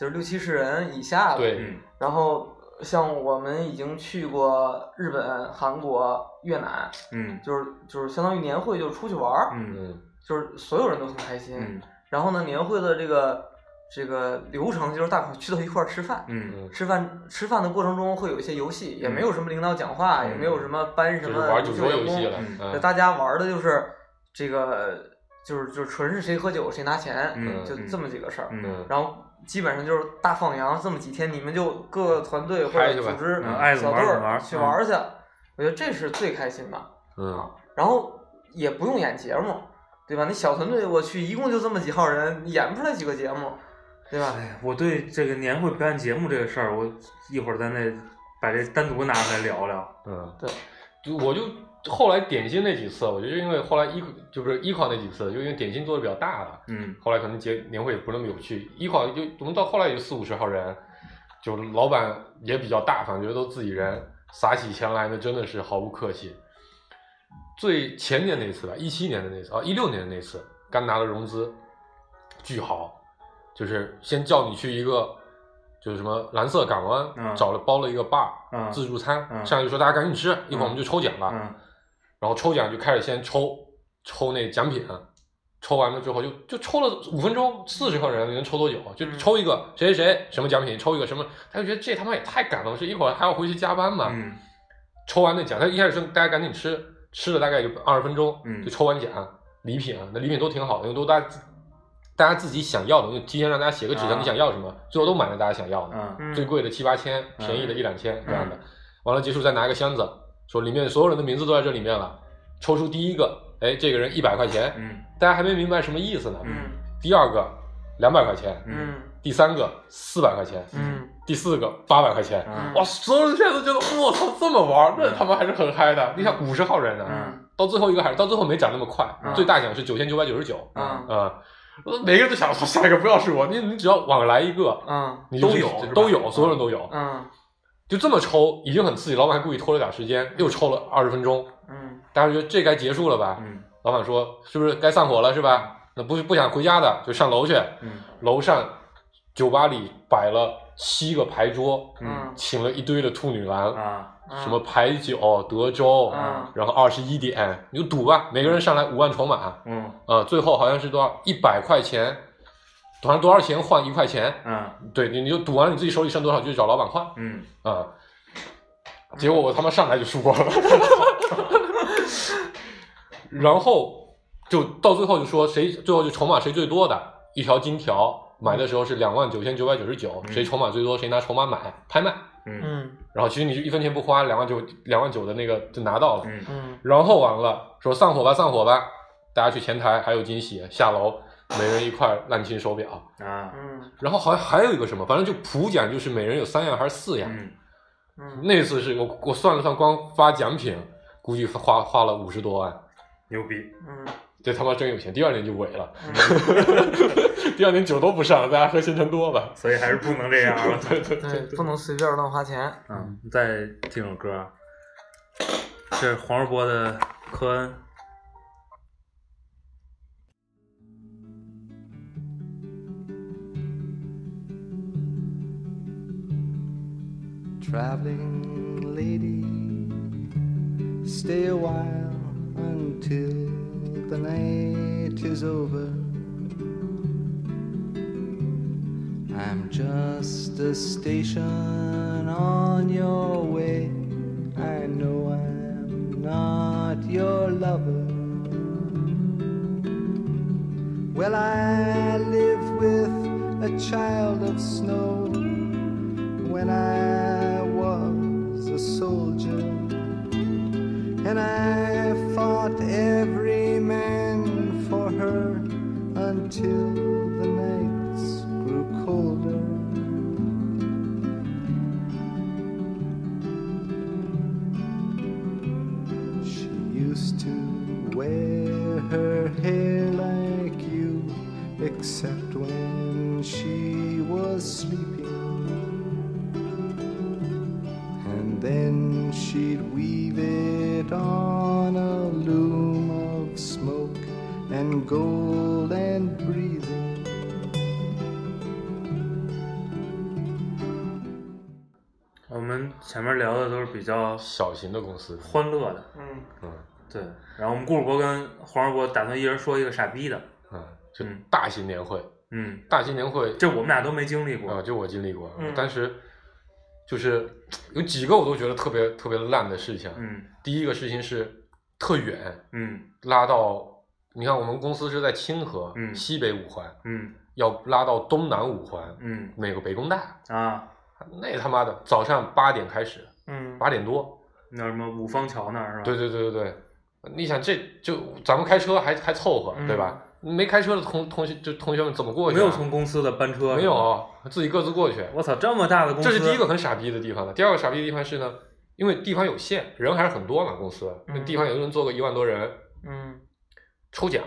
就是六七十人以下的。对，嗯，然后像我们已经去过日本、韩国、越南，嗯就是就是相当于年会就出去玩儿，嗯嗯，就是所有人都很开心。嗯然后呢，年会的这个这个流程就是大伙儿聚到一块儿吃饭，嗯嗯，吃饭吃饭的过程中会有一些游戏，也嗯没有什么领导讲话，也没有什么班嗯就什是么玩优酒秀桌员游戏工了，嗯对，嗯大家玩儿的就是这个，就是就是纯是谁喝酒谁拿钱，嗯就这么几个事儿。嗯，然后基本上就是大放羊，这么几天你们就各个团队或嗨者去吧组织嗯爱怎小么队玩怎儿么玩去玩儿去，我觉得这是最开心的。嗯，然后也不用演节目，对吧？你小团队我去，一共就这么几号人，演不出来几个节目，对吧？哎，我对这个年会表演节目这个事儿，我一会儿咱得把这单独拿出来聊聊。嗯，对就，我就后来点心那几次，我觉得因为后来一就不是一考那几次，就因为点心做的比较大了，嗯后来可能节年会也不那么有趣，一考就我们到后来也就四五十号人，就老板也比较大方，觉得都自己人，撒起钱来的真的是毫不客气。最前年那次吧，一七年的那次啊，一六年的那次，刚拿了融资，巨好，就是先叫你去一个。就是什么蓝色港湾，嗯找了包了一个 bar、嗯自助餐，嗯上来就说大家赶紧吃，一会儿我们就抽奖了。嗯然后抽奖就开始先抽抽那奖品，抽完了之后就就抽了五分钟，四十个人能抽多久？啊就嗯抽一个谁谁谁什么奖品，抽一个什么，他就觉得这他妈也太赶了，我这一会儿还要回去加班嘛。嗯抽完那奖，他一开始说大家赶紧吃，吃了大概有二十分钟，嗯就抽完奖，礼品啊，那礼品都挺好的，因为都大家自大家自己想要的，就提前让大家写个纸条啊你想要什么，最后都买了大家想要的。嗯最贵的七八千，便宜的一两千这样的嗯。完了结束再拿一个箱子，说里面所有人的名字都在这里面了，抽出第一个，哎，这个人一百块钱，嗯大家还没明白什么意思呢。嗯第二个两百块钱，嗯第三个四百块钱，嗯第四个八百块钱。嗯哇，所有人现在都觉得我操这么玩儿，这他妈还是很嗨的。你想五十号人呢、嗯到最后一个还是到最后没涨那么快，嗯最大奖是九千九百九十九嗯啊。我每个人都想说下一个不要是我，你你只要往来一个，嗯你就是都有都是吧有，所有人都有。嗯就这么抽，已经很刺激。老板还故意拖了点时间，又抽了二十分钟。嗯大家觉得这该结束了吧？嗯老板说：“是不是该散伙了？是吧？那不是不想回家的，就上楼去。嗯楼上酒吧里摆了七个牌桌，嗯，请了一堆的兔女郎，啊什么牌九、德州，嗯然后二十一点，你就赌吧，每个人上来五万筹码啊、嗯最后好像是多少一百块钱，好像多少钱换一块钱？嗯对，你你就赌完了你自己手里剩多少，就去找老板换。”嗯，啊、结果我他妈上来就输光了， <laughs> 然后就到最后就说谁最后就筹码谁最多的，一条金条买的时候是两万九千九百九十九，嗯谁筹码最多谁拿筹码买拍卖，嗯嗯然后其实你就一分钱不花，两万九两万九的那个就拿到了，嗯嗯然后完了说散伙吧散伙吧，大家去前台还有惊喜，下楼每人一块烂金手表，啊嗯然后好像还有一个什么，反正就普奖就是每人有三样还是四样。嗯嗯，那次是我我算了算，光发奖品估计花花了五十多万，牛逼，嗯这他妈真有钱。第二年就萎了，嗯，嗯 <laughs> 第二年酒都不上，大家喝鲜橙多吧。 <laughs> 所以还是不能这样啊。对，不能随便乱花钱。嗯，再听首歌啊，这是黄世波的《科恩》。 traveling lady, stay a while until the night is over. I'm just a station on your way. I know I'm not your lover. Well, I live with a child of snow when I was a soldier and I fought every man for her until the nights grew colder. She used to wear her hair like you, except when she was sleeping. And then she'd weave it on a loom of smoke and gold and breathing. 我们前面聊的都是比较小型的公司，欢乐的，嗯，嗯对。然后我们顾主播跟黄世波打算一人说一个傻逼的，嗯，就嗯大型年会，嗯，大型年会这我们俩都没经历啊、过。就我经历过，嗯当时就是有几个我都觉得特别特别烂的事情。嗯第一个事情是特远，嗯拉到你看我们公司是在清河、嗯西北五环，嗯要拉到东南五环，嗯那个北工大，啊，那他妈的早上八点开始，嗯，八点多，那什么五方桥那儿是吧？对对对对对，你想这就咱们开车还还凑合，嗯对吧？没开车的同同学就同学们怎么过去、没啊？有从公司的班车，没有，啊自己各自过去。我操，这么大的公司，这是第一个很傻逼的地方了。第二个傻逼的地方是呢，因为地方有限，人还是很多嘛，公司那嗯地方也就能坐个一万多人，嗯，抽奖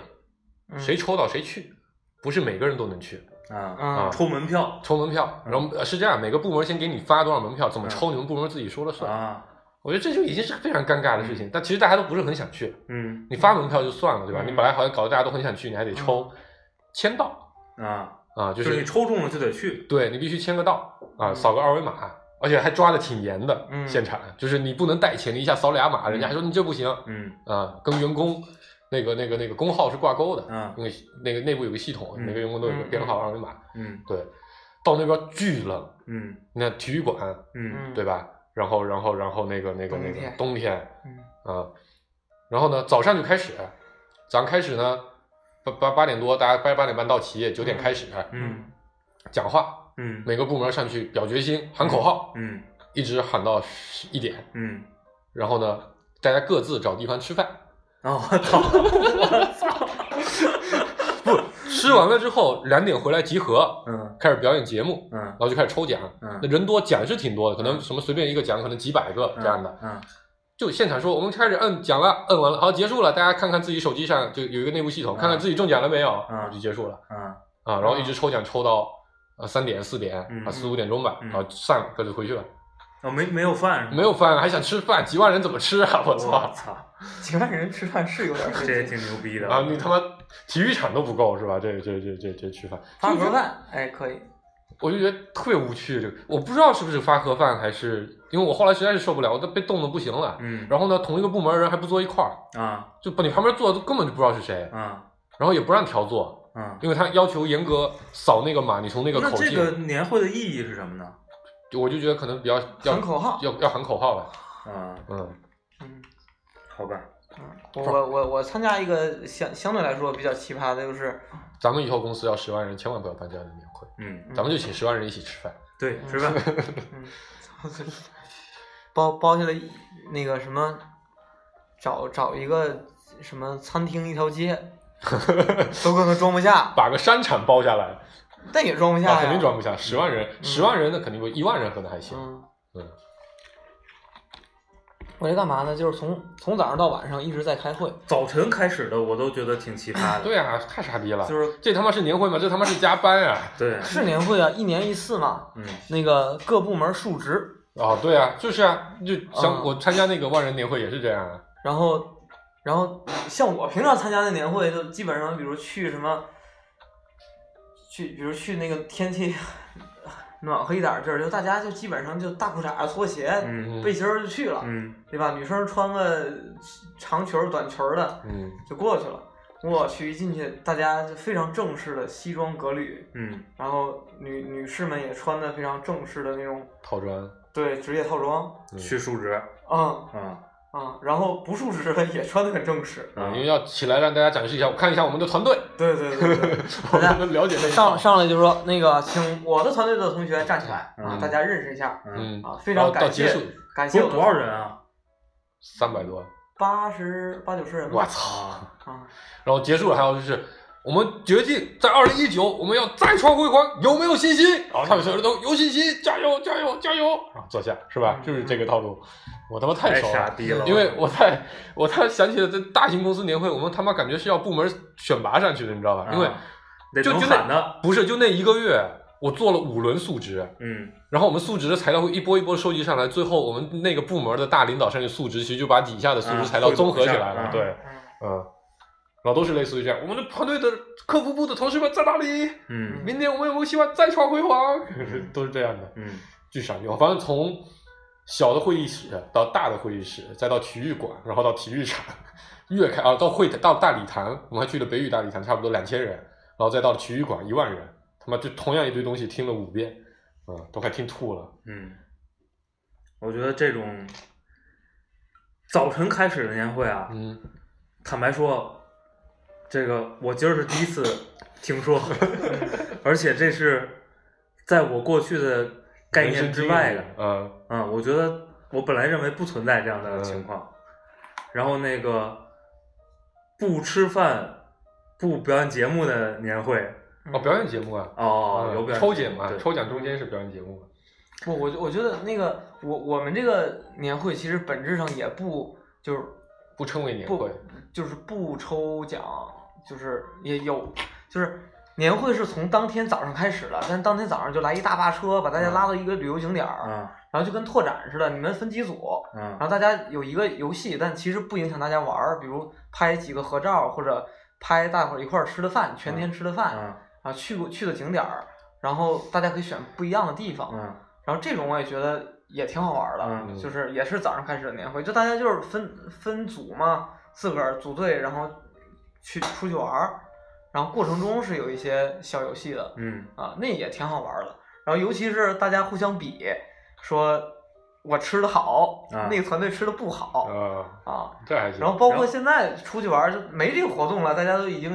嗯谁？抽到谁去，不是每个人都能去，啊，啊啊，抽门票抽门票，嗯然后呃是这样，每个部门先给你发多少门票，怎么抽你们部门自己说了算。啊，我觉得这就已经是个非常尴尬的事情，但其实大家都不是很想去。嗯你发门票就算了，对吧？嗯你本来好像搞得大家都很想去，你还得抽签到啊，啊，就就是是你抽中了就得去，对你必须签个到啊，嗯扫个二维码，而且还抓的挺严的。嗯现场就是你不能带钱，你一下扫俩码，人家还说你这不行嗯啊，跟员工那个那个那个工号是挂钩的，嗯那个那个内部有个系统，嗯每个员工都有个编号二维码。嗯对，到那边巨冷，嗯你看体育馆嗯嗯，对吧？然后然后然后那个那个那冬个天冬天，嗯啊，然后呢，早上就开始，早上开始呢，八八八点多，大家八八点半到齐，九点开始、嗯讲话，嗯每个部门上去表决心，喊口号，嗯一直喊到十一点，嗯，然后呢，大家各自找地方吃饭，啊，我 <laughs> 操，我操，吃完了之后两点回来集合，嗯开始表演节目，嗯然后就开始抽奖，嗯那人多奖是挺多的，可能什么随便一个奖可能几百个这样的，嗯就现场说我们开始摁奖了，摁完了，好结束了，大家看看自己手机上就有一个内部系统，看看自己中奖了没有，嗯然后就结束了。嗯啊，然后一直抽奖抽到呃三点四点嗯啊四五点钟吧，嗯然后散了，各自回去了。啊，没没有饭是吗没有饭还想吃饭，几万人怎么吃啊？我我操！操，几万人吃饭是有点费这也劲。挺牛逼的啊，你他妈体育场都不够是吧？这这这这这吃饭，发盒饭，哎，可以。我就觉得特别无趣。这个我不知道是不是发盒饭，还是因为我后来实在是受不了，我都被冻得不行了。嗯然后呢，同一个部门人还不坐一块儿，啊就把你旁边坐的都根本就不知道是谁，啊然后也不让调座，啊，因为他要求严格扫那个码，你从那个那口这径，个年会的意义是什么呢？我就觉得可能比较要喊口号要要喊口号了。啊，嗯，嗯好吧，嗯，我我我我参加一个相相对来说比较奇葩的，就是咱们以后公司要十万人，千万不要办这样的年会，嗯，咱们就请十万人一起吃饭。对，<laughs> 吃饭，嗯， <laughs> 包包下来一那个什么，找找一个什么餐厅一条街，都可能装不下，把个商场包下 <laughs> 来，但也装不下啊，呀，哎嗯肯定装不下。十万人，十万人那肯定不，一万人可能还行。嗯嗯，我这干嘛呢？就是从从早上到晚上一直在开会，早晨开始的我都觉得挺奇葩的，对啊，太傻逼了！就是这他妈是年会吗？这他妈是加班 <laughs> 啊！对，是年会啊，一年一次嘛。 <laughs> 嗯，那个各部门述职，哦，对啊，就是啊，就像嗯我参加那个万人年会也是这样啊。然后，然后像我平常参加的年会，就基本上比如去什么，去比如去那个天气 <laughs> 暖和一点儿地儿，就大家就基本上就大裤衩、拖鞋、嗯背心儿就去了，嗯对吧？女生穿个长裙儿、短裙儿的嗯，就过去了。我去，一进去大家就非常正式的西装革履，嗯然后女女士们也穿的非常正式的那种套砖，对职业套装，嗯，去述职啊、嗯啊啊、然后不述职的也穿的很正式，啊因，为要起来让大家展示一下，我看一下我们的团队，对对对对对。我们了解这一上套上来就说那个，请我的团队的同学站起来啊，嗯大家认识一下嗯，嗯，啊，非然常后到感结谢束感不谢是我多少人啊？三百多，八十八九十人吧我操！啊，然后结束了，还有就是我们决定在二零一九我们要再创辉煌，有没有信心？然后下面所有人都有信心，加油加油加油！然后坐下是吧？嗯就是这个套路，我他妈太太熟傻了。逼了，因为我太我太想起了这大型公司年会，我们他妈感觉是要部门选拔上去的，你知道吧？啊因为得就能就喊的，不是就那一个月，我做了五轮述职，嗯然后我们述职的材料会一波一波收集上来，最后我们那个部门的大领导上去述职，其实就把底下的述职材料啊汇总综合起一下来了，啊对。嗯嗯，然后都是类似于这样，我们的团队的客服部的同事们在哪里？嗯明天我们有没有希望再创辉煌？ <laughs> 都是这样的，嗯巨傻逼。我反正从小的会议室到大的会议室，再到体育馆，然后到体育场，越开啊到会到大礼堂，我们还去了北语大礼堂，差不多两千人，然后再到体育馆一万人，他妈就同样一堆东西听了五遍，啊、都快听吐了。嗯，我觉得这种早晨开始的年会啊，嗯，坦白说，这个我今儿是第一次听 <laughs> 说，而且这是在我过去的概念之外的。嗯，嗯，我觉得我本来认为不存在这样的情况。然后那个不吃饭、不表演节目的年会，哦，表演节目啊，哦，有表演抽奖啊对，抽奖中间是表演节目啊。不，我我觉得那个我我们这个年会其实本质上也不就是不称为年不会，就是不抽奖，就是也有就是。年会是从当天早上开始的，但当天早上就来一大巴车，把大家拉到一个旅游景点儿，啊然后就跟拓展似的，你们分几组，然后啊大家有一个游戏，但其实不影响大家玩儿，比如拍几个合照，或者拍大伙儿一块儿吃的饭，全天吃的饭，啊啊，去过去的景点儿，然后大家可以选不一样的地方，啊！然后这种我也觉得也挺好玩儿的，嗯就是也是早上开始的年会，就大家就是分分组嘛，自个儿组队，然后去出去玩儿，然后过程中是有一些小游戏的，嗯啊，那也挺好玩儿的。然后尤其是大家互相比，说我吃的好，啊那个团队吃的不好啊，啊。这还行。然后包然括后现在出去玩儿就没这个活动了，大家都已经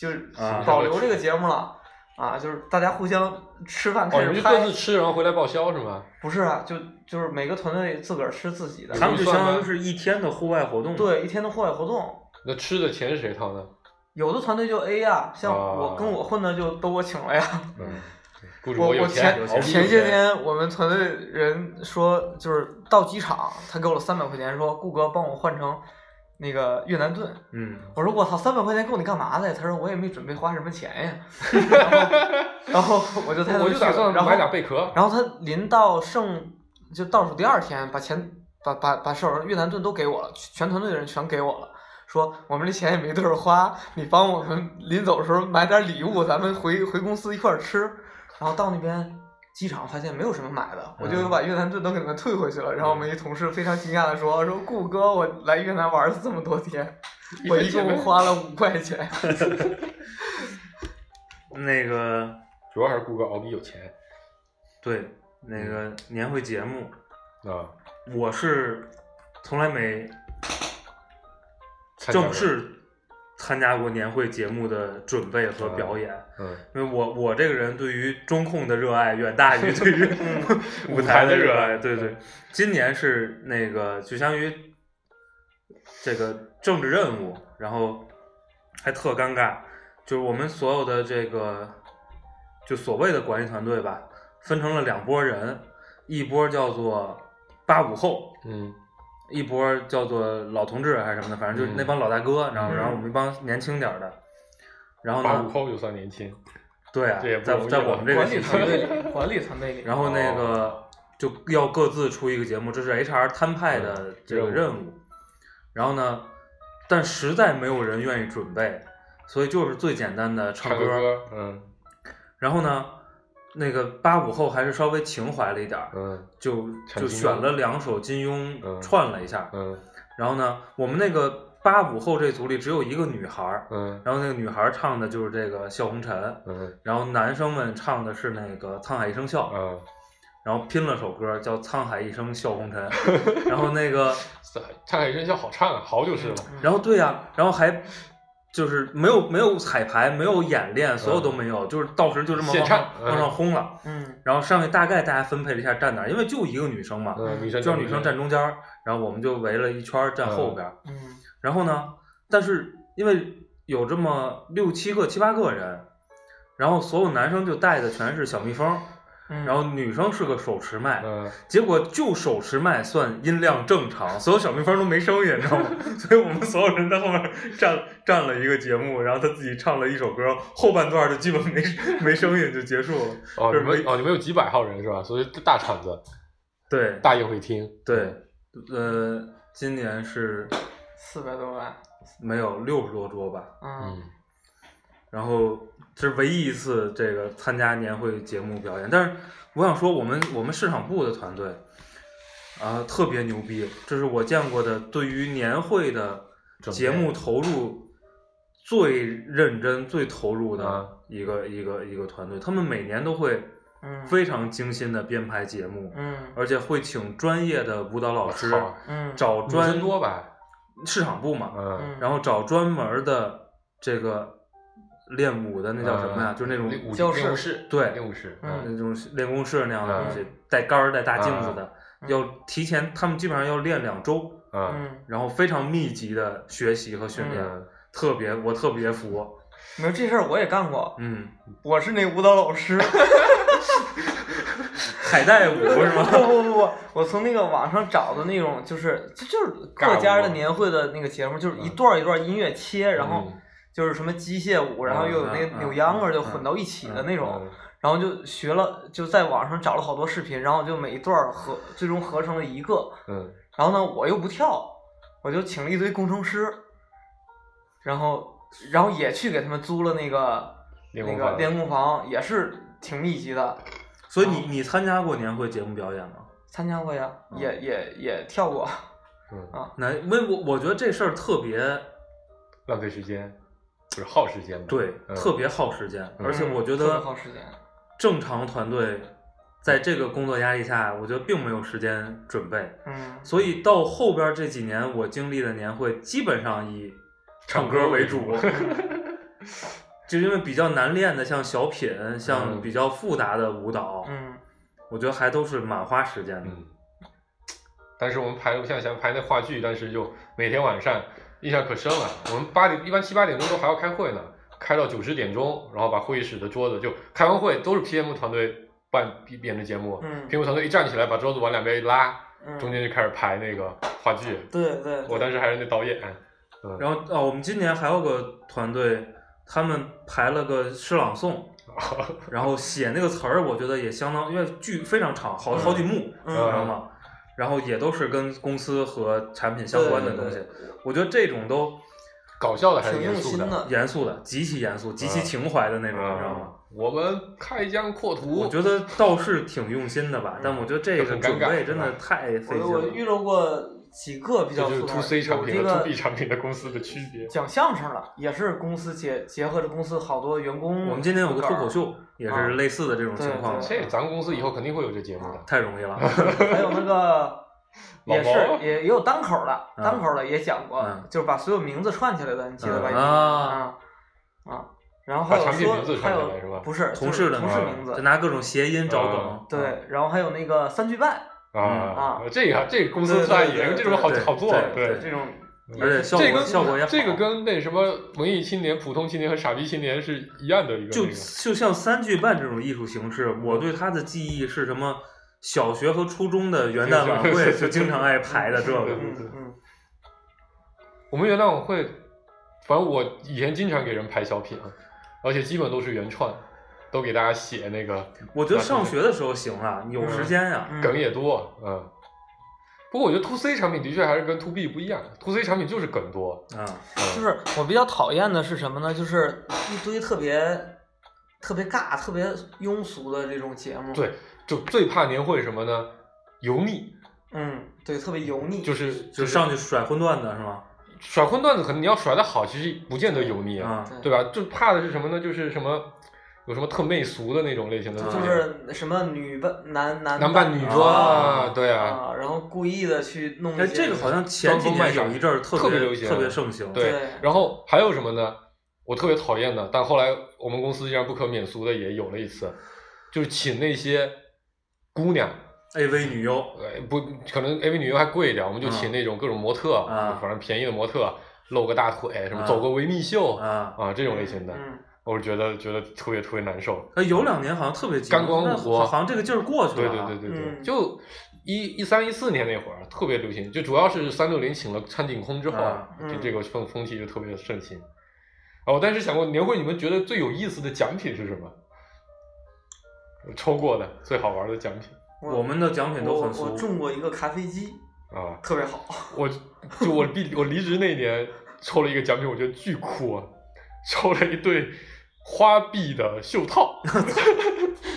就是啊保留这个节目了。啊，就是大家互相吃饭哦，开你们始就拍，各自吃，然后回来报销是吗？不是啊，就就是每个团队自个儿吃自己嗯的，他们就相当于是一天的户外活动。，对一天的户外活动，那吃的钱是谁掏呢？有的团队就 A 呀、像我啊跟我混的就都我请了呀，嗯，雇主我有我前有有钱前些有钱天我们团队人说，就是到机场，他给我了三百块钱，说顾哥帮我换成那个越南盾。嗯，我说我操，三百块钱够你干嘛的呀？他说我也没准备花什么钱呀。 <laughs> 然后然后我就带他我们就去打了算然后买俩贝壳。然后他临到剩就倒数第二天，把钱把把把手上越南盾都给我了，全团队的人全给我了，说我们这钱也没地儿花，你帮我们临走的时候买点礼物，咱们回回公司一块儿吃。然后到那边机场发现没有什么买的，我就嗯又把越南盾都给你们退回去了。然后我们一同事非常惊讶的说：“说顾哥，我来越南玩了这么多天，我一共花了五块钱。那个主要还是顾哥敖比有钱对那嗯个年会节目，啊，我是从来没参加过正。式参加过年会节目的准备和表演，嗯，因为我我这个人对于中控的热爱远大于对于舞嗯 <laughs> 舞台台的的热热爱爱。对对，今年是那个就相当于这个政治任务，然后还特尴尬，就是我们所有的这个就所谓的管理团队吧，分成了两拨人，一波叫做八五后，嗯一波叫做老同志还是什么的，反正就是那帮老大哥，然后然后我们一帮年轻点儿的，嗯然后八五呢，后就算年轻，对啊这也，不在容易在了我们这个管体理系团，队里，管理团队里，然后哦那个就要各自出一个节目，这是 HR 摊派的这个嗯任务。然后呢，但实在没有人愿意准备，所以就是最简单的唱唱歌。个歌，嗯然后呢，那个八五后还是稍微情怀了一点儿，嗯就陈就金庸选了两首金庸嗯串了一下。嗯然后呢，我们那个八五后这组里只有一个女孩儿，嗯然后那个女孩儿唱的就是这个《笑红尘》，嗯然后男生们唱的是那个《沧海一声笑》。嗯，然后拼了首歌叫《沧海一声笑红尘》， <laughs> 然后那个，唱海生笑好唱啊，好就是了，嗯然后对呀、然后还就是没有没有彩排，没有演练，所有都没有，就是到时就这么现往上唱嗯往上轰了。嗯，然后上去大概大家分配了一下站哪儿，因为就一个女生嘛，嗯，女生就让女生站中间儿，然后我们就围了一圈儿站后边儿。嗯嗯，然后呢，但是因为有这么六七个、七八个人，然后所有男生就带的全是小蜜蜂，嗯然后女生是个手持麦，嗯，结果就手持麦算音量正 <laughs> 常，所有小蜜蜂都没声音，你知 <laughs> 道吗？所以我们所有人在后面站站了一个节目，然后他自己唱了一首歌，后半段就基本没 <laughs> 没声音就结束了。哦，你就是们没哦，你们有几百号人是吧？所以大场子，对大宴会厅，对，呃，今年是四百多万，没有六十多桌吧，嗯嗯，然后这是唯一一次这个参加年会节目表演。但是我想说，我们我们市场部的团队啊、特别牛逼，这是我见过的对于年会的准备节目投入最认真、最投入啊的一个、一个一个团队。他们每年都会嗯，非常精心的编排节目，嗯而且会请专业的舞蹈老师，好嗯找女专生多吧？市场部嘛，嗯，嗯然后找专门儿的这个练武的，那叫什么呀？嗯就是那种练武教室练武士，对练武士，嗯那种练功室那样的嗯东西，带杆儿、带大镜子的，嗯要提前，他们基本上要练两周，嗯嗯，然后非常密集的学习和训练，嗯，特别我特别服，没有这事儿我也干过，嗯，我是那舞蹈老 <laughs> 师，海带舞是不吗？ <laughs> 不不不，我从那个网上找的那种，就是就就是各家的年会的那个节目，就是嗯一段一段音乐切，然后嗯就是什么机械舞，然后又有那个嗯扭秧歌儿嗯就嗯混到一起的那种，嗯然后就学了，就在网上找了好多视频，然后就每一段儿合最终合成了一个，嗯，然后呢我又不跳，我就请了一堆工程师，然后然后也去给他们租了那个练那功个房练功房，也是挺密集的，所以嗯你你参加过年会节目表演吗？参加过呀，嗯也也也跳过。嗯，那因为我我觉得这事儿特别浪费时间，不是耗时间吧？对，嗯特别耗时间，嗯而且我觉特别得耗时间正常团队在这个工作压力下，我觉得并没有时间准备。嗯所以到后边这几年，我经历的年会基本上以唱歌为主，就因为比较难练的，像小品，像嗯比较复杂的舞蹈，嗯我觉得还都是蛮花时间的。嗯，但是我们排，我现在想排那话剧，但是就每天晚上印象可深了。我们八点一般七八点钟都还要开会呢，开到九十点钟，然后把会议室的桌子就开完会都是 PM 团队办编的节目、嗯 p m 团队一站起来把桌子往两边一拉，嗯，中间就开始排那个话剧。对对，我当时还是那导演，嗯，然后哦，我们今年还有个团队，他们排了个诗朗诵，哦后然后写那个词儿，我觉得也相当，因为剧非常长，好好几幕，嗯你知道吗？然后也都是跟公司和产品相关的东西对，我觉得这种都搞笑的还是挺严用肃心的？的，严肃的，极其严肃、极嗯其情怀的那种，你知道吗？嗯，我们开疆扩嗯土，我觉得倒是挺用心的吧，但我觉得这就个很准尴尬备是真吧的太费我劲了我。遇到过几个比这较就是复杂 to 的 C 产品有和 to 这 B 个产品的公司的区啊别。讲相声了，也是公司结结合着公司好多员工。我们今天有个脱口梗秀，也是类似的这种情况嗯啊对，这咱们公司以后肯定会有这节目的。太容易了。儿， <laughs> 还有那个老也毛是也也有单口的，嗯单口的也讲过嗯，就是把所有名字串起来的，你记得吧？有嗯一个啊啊啊，然后还有把产品名字说还串起来是有吧不是同就是事的同名事嘛名就字，拿各种谐音找梗啊嗯，对，然后还有那个三句半。啊嗯，这个这个公司对对太对严，对这种好对好做，对这种嗯而且效这果跟效果也好。这个跟那什么文艺青年、普通青年和傻逼青年是一样的一个就那个就像三句半这种艺术形式，我对它的记忆是什么？小学和初中的元旦晚会就经常爱排的这 <laughs> 个。嗯嗯，我们元旦晚会，反正我以前经常给人排小品，啊而且基本都是原创，都给大家写那个我觉得上学的时候行啊，有时间呀、嗯梗也多，嗯。不过我觉得 to C 产品的确还是跟 to B 不一样，to C 产品就是梗多，嗯啊，就是我比较讨厌的是什么呢？就是一堆特别特别尬、特别庸俗的这种节目。对就最怕年会什么呢？油腻，嗯，对，特别油腻。就是就上去甩荤段子是吗？甩荤段子，可能你要甩的好，其实不见得油腻啊，啊，对对吧？就怕的是什么呢？就是什么有什么特媚俗的那种类嗯型的，就是什么女扮男男男扮女装啊啊，对啊，啊，然后故意的去弄一哎，些这个好像前几年有一阵儿特特别别流行特别盛行。对对。然后还有什么呢？我特别讨厌的，但后来我们公司竟然不可免俗的也有了一次，就是请那些姑娘， ，AV 女优呃，不，可能 AV 女优还贵一点，我们就请那种各种模特，嗯啊反正便宜的模特，露个大腿，什么啊走个维密秀啊啊，这种类型的，嗯，我觉得觉得特别特别难受。哎，有两年好像特别急，干光但活好像这个劲儿过去对了。对对对对，嗯就一一三一四年那会儿特别流行，就主要是三六零请了苍井空之后，啊就嗯这个风风气就特别盛行。啊，我当时想过年会你们觉得最有意思的奖品是什么？我抽过的最好玩的奖品啊我们的奖品都我很我俗。中过一个咖啡机，啊，特别好。我就我毕我离职那年抽了一个奖品，我觉得巨酷啊，抽了一对花臂的袖 <laughs> 套，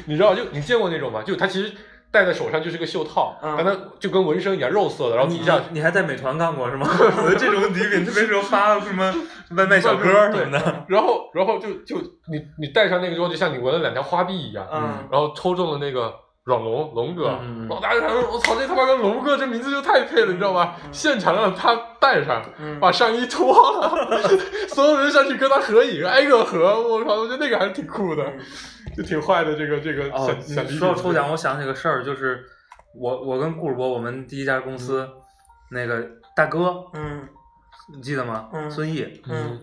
你知道就你见过那种吗？就它其实戴在手上就是个袖套，嗯但它就跟纹身一样肉色的，然后你底下你还在美团干过是吗？ <laughs> 我觉得这种礼品特别适合发什么外卖小哥儿什么的。然后然后就就你你戴上那个之后，就像你纹了两条花臂一样，嗯，然后抽中了那个阮龙龙哥，嗯老大就想说，我操，这他妈跟龙哥这名字就太配了，你知道吗？嗯现场让他戴上，嗯把上衣脱了， <laughs> 所有人上去跟他合影，挨个合，我靠，我觉得那个还是挺酷的，就挺坏的这个这个哦小，小你礼说到品抽奖，我想起个事儿，就是我我跟顾世博，我们第一家公司、那个大哥，嗯你记得吗？嗯孙毅，嗯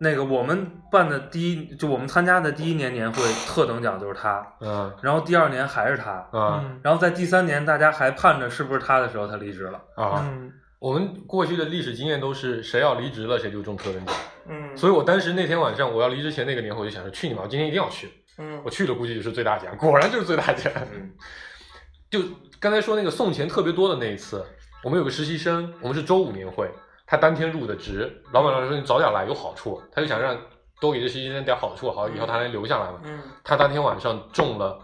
那个我们办的第一，就我们参加的第一年年会特等奖就是他，嗯然后第二年还是他，啊嗯然后在第三年大家还盼着是不是他的时候，他离职了。啊！嗯我们过去的历史经验都是谁要离职了谁就中特等奖，嗯，所以我当时那天晚上我要离职前那个年我就想着去你妈，我今天一定要去，嗯我去了估计就是最大奖，果然就是最大奖。嗯 <laughs> 就刚才说那个送钱特别多的那一次，我们有个实习生，我们是周五年会，他当天入的职，老板娘说你早点来有好处，他就想让多给这实习生点好处，好以后他能留下来嘛。嗯他当天晚上中了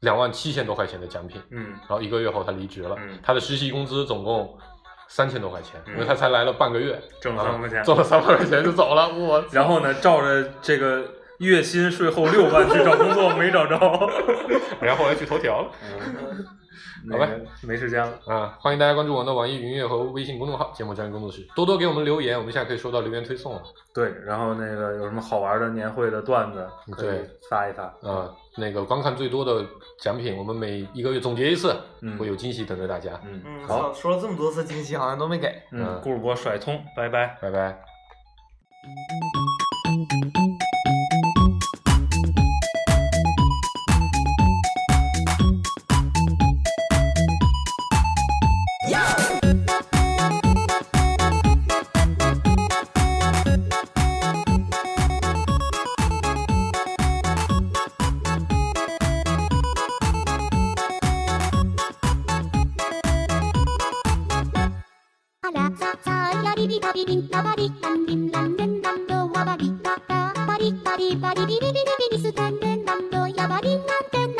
两万七千多块钱的奖品，嗯然后一个月后他离职了，嗯他的实习工资总共三千多块钱，嗯因为他才来了半个月，挣了300块钱挣了三万块钱就走了，我然后呢，照着这个月薪税后六万去找工作，没找着。然后后来去头条了。嗯那好个没时间了。啊，欢迎大家关注我们的网易云音乐和微信公众号“节目专业工作室”，多多给我们留言，我们现在可以收到留言推送了。对，然后那个有什么好玩的年会的段子，可以对发一发。啊，那个观看最多的奖品，我们每一个月总结一次，嗯会有惊喜等着大家。嗯，嗯，好，操，说了这么多次惊喜，好像都没给。嗯，顾主播甩葱，拜拜。拜拜。 Alatsatsa, yadibidabibin, nabadikandin, landen, nando, wabadikata, badikadibadibibibibibisutan, den, nando, yabadin, nanden,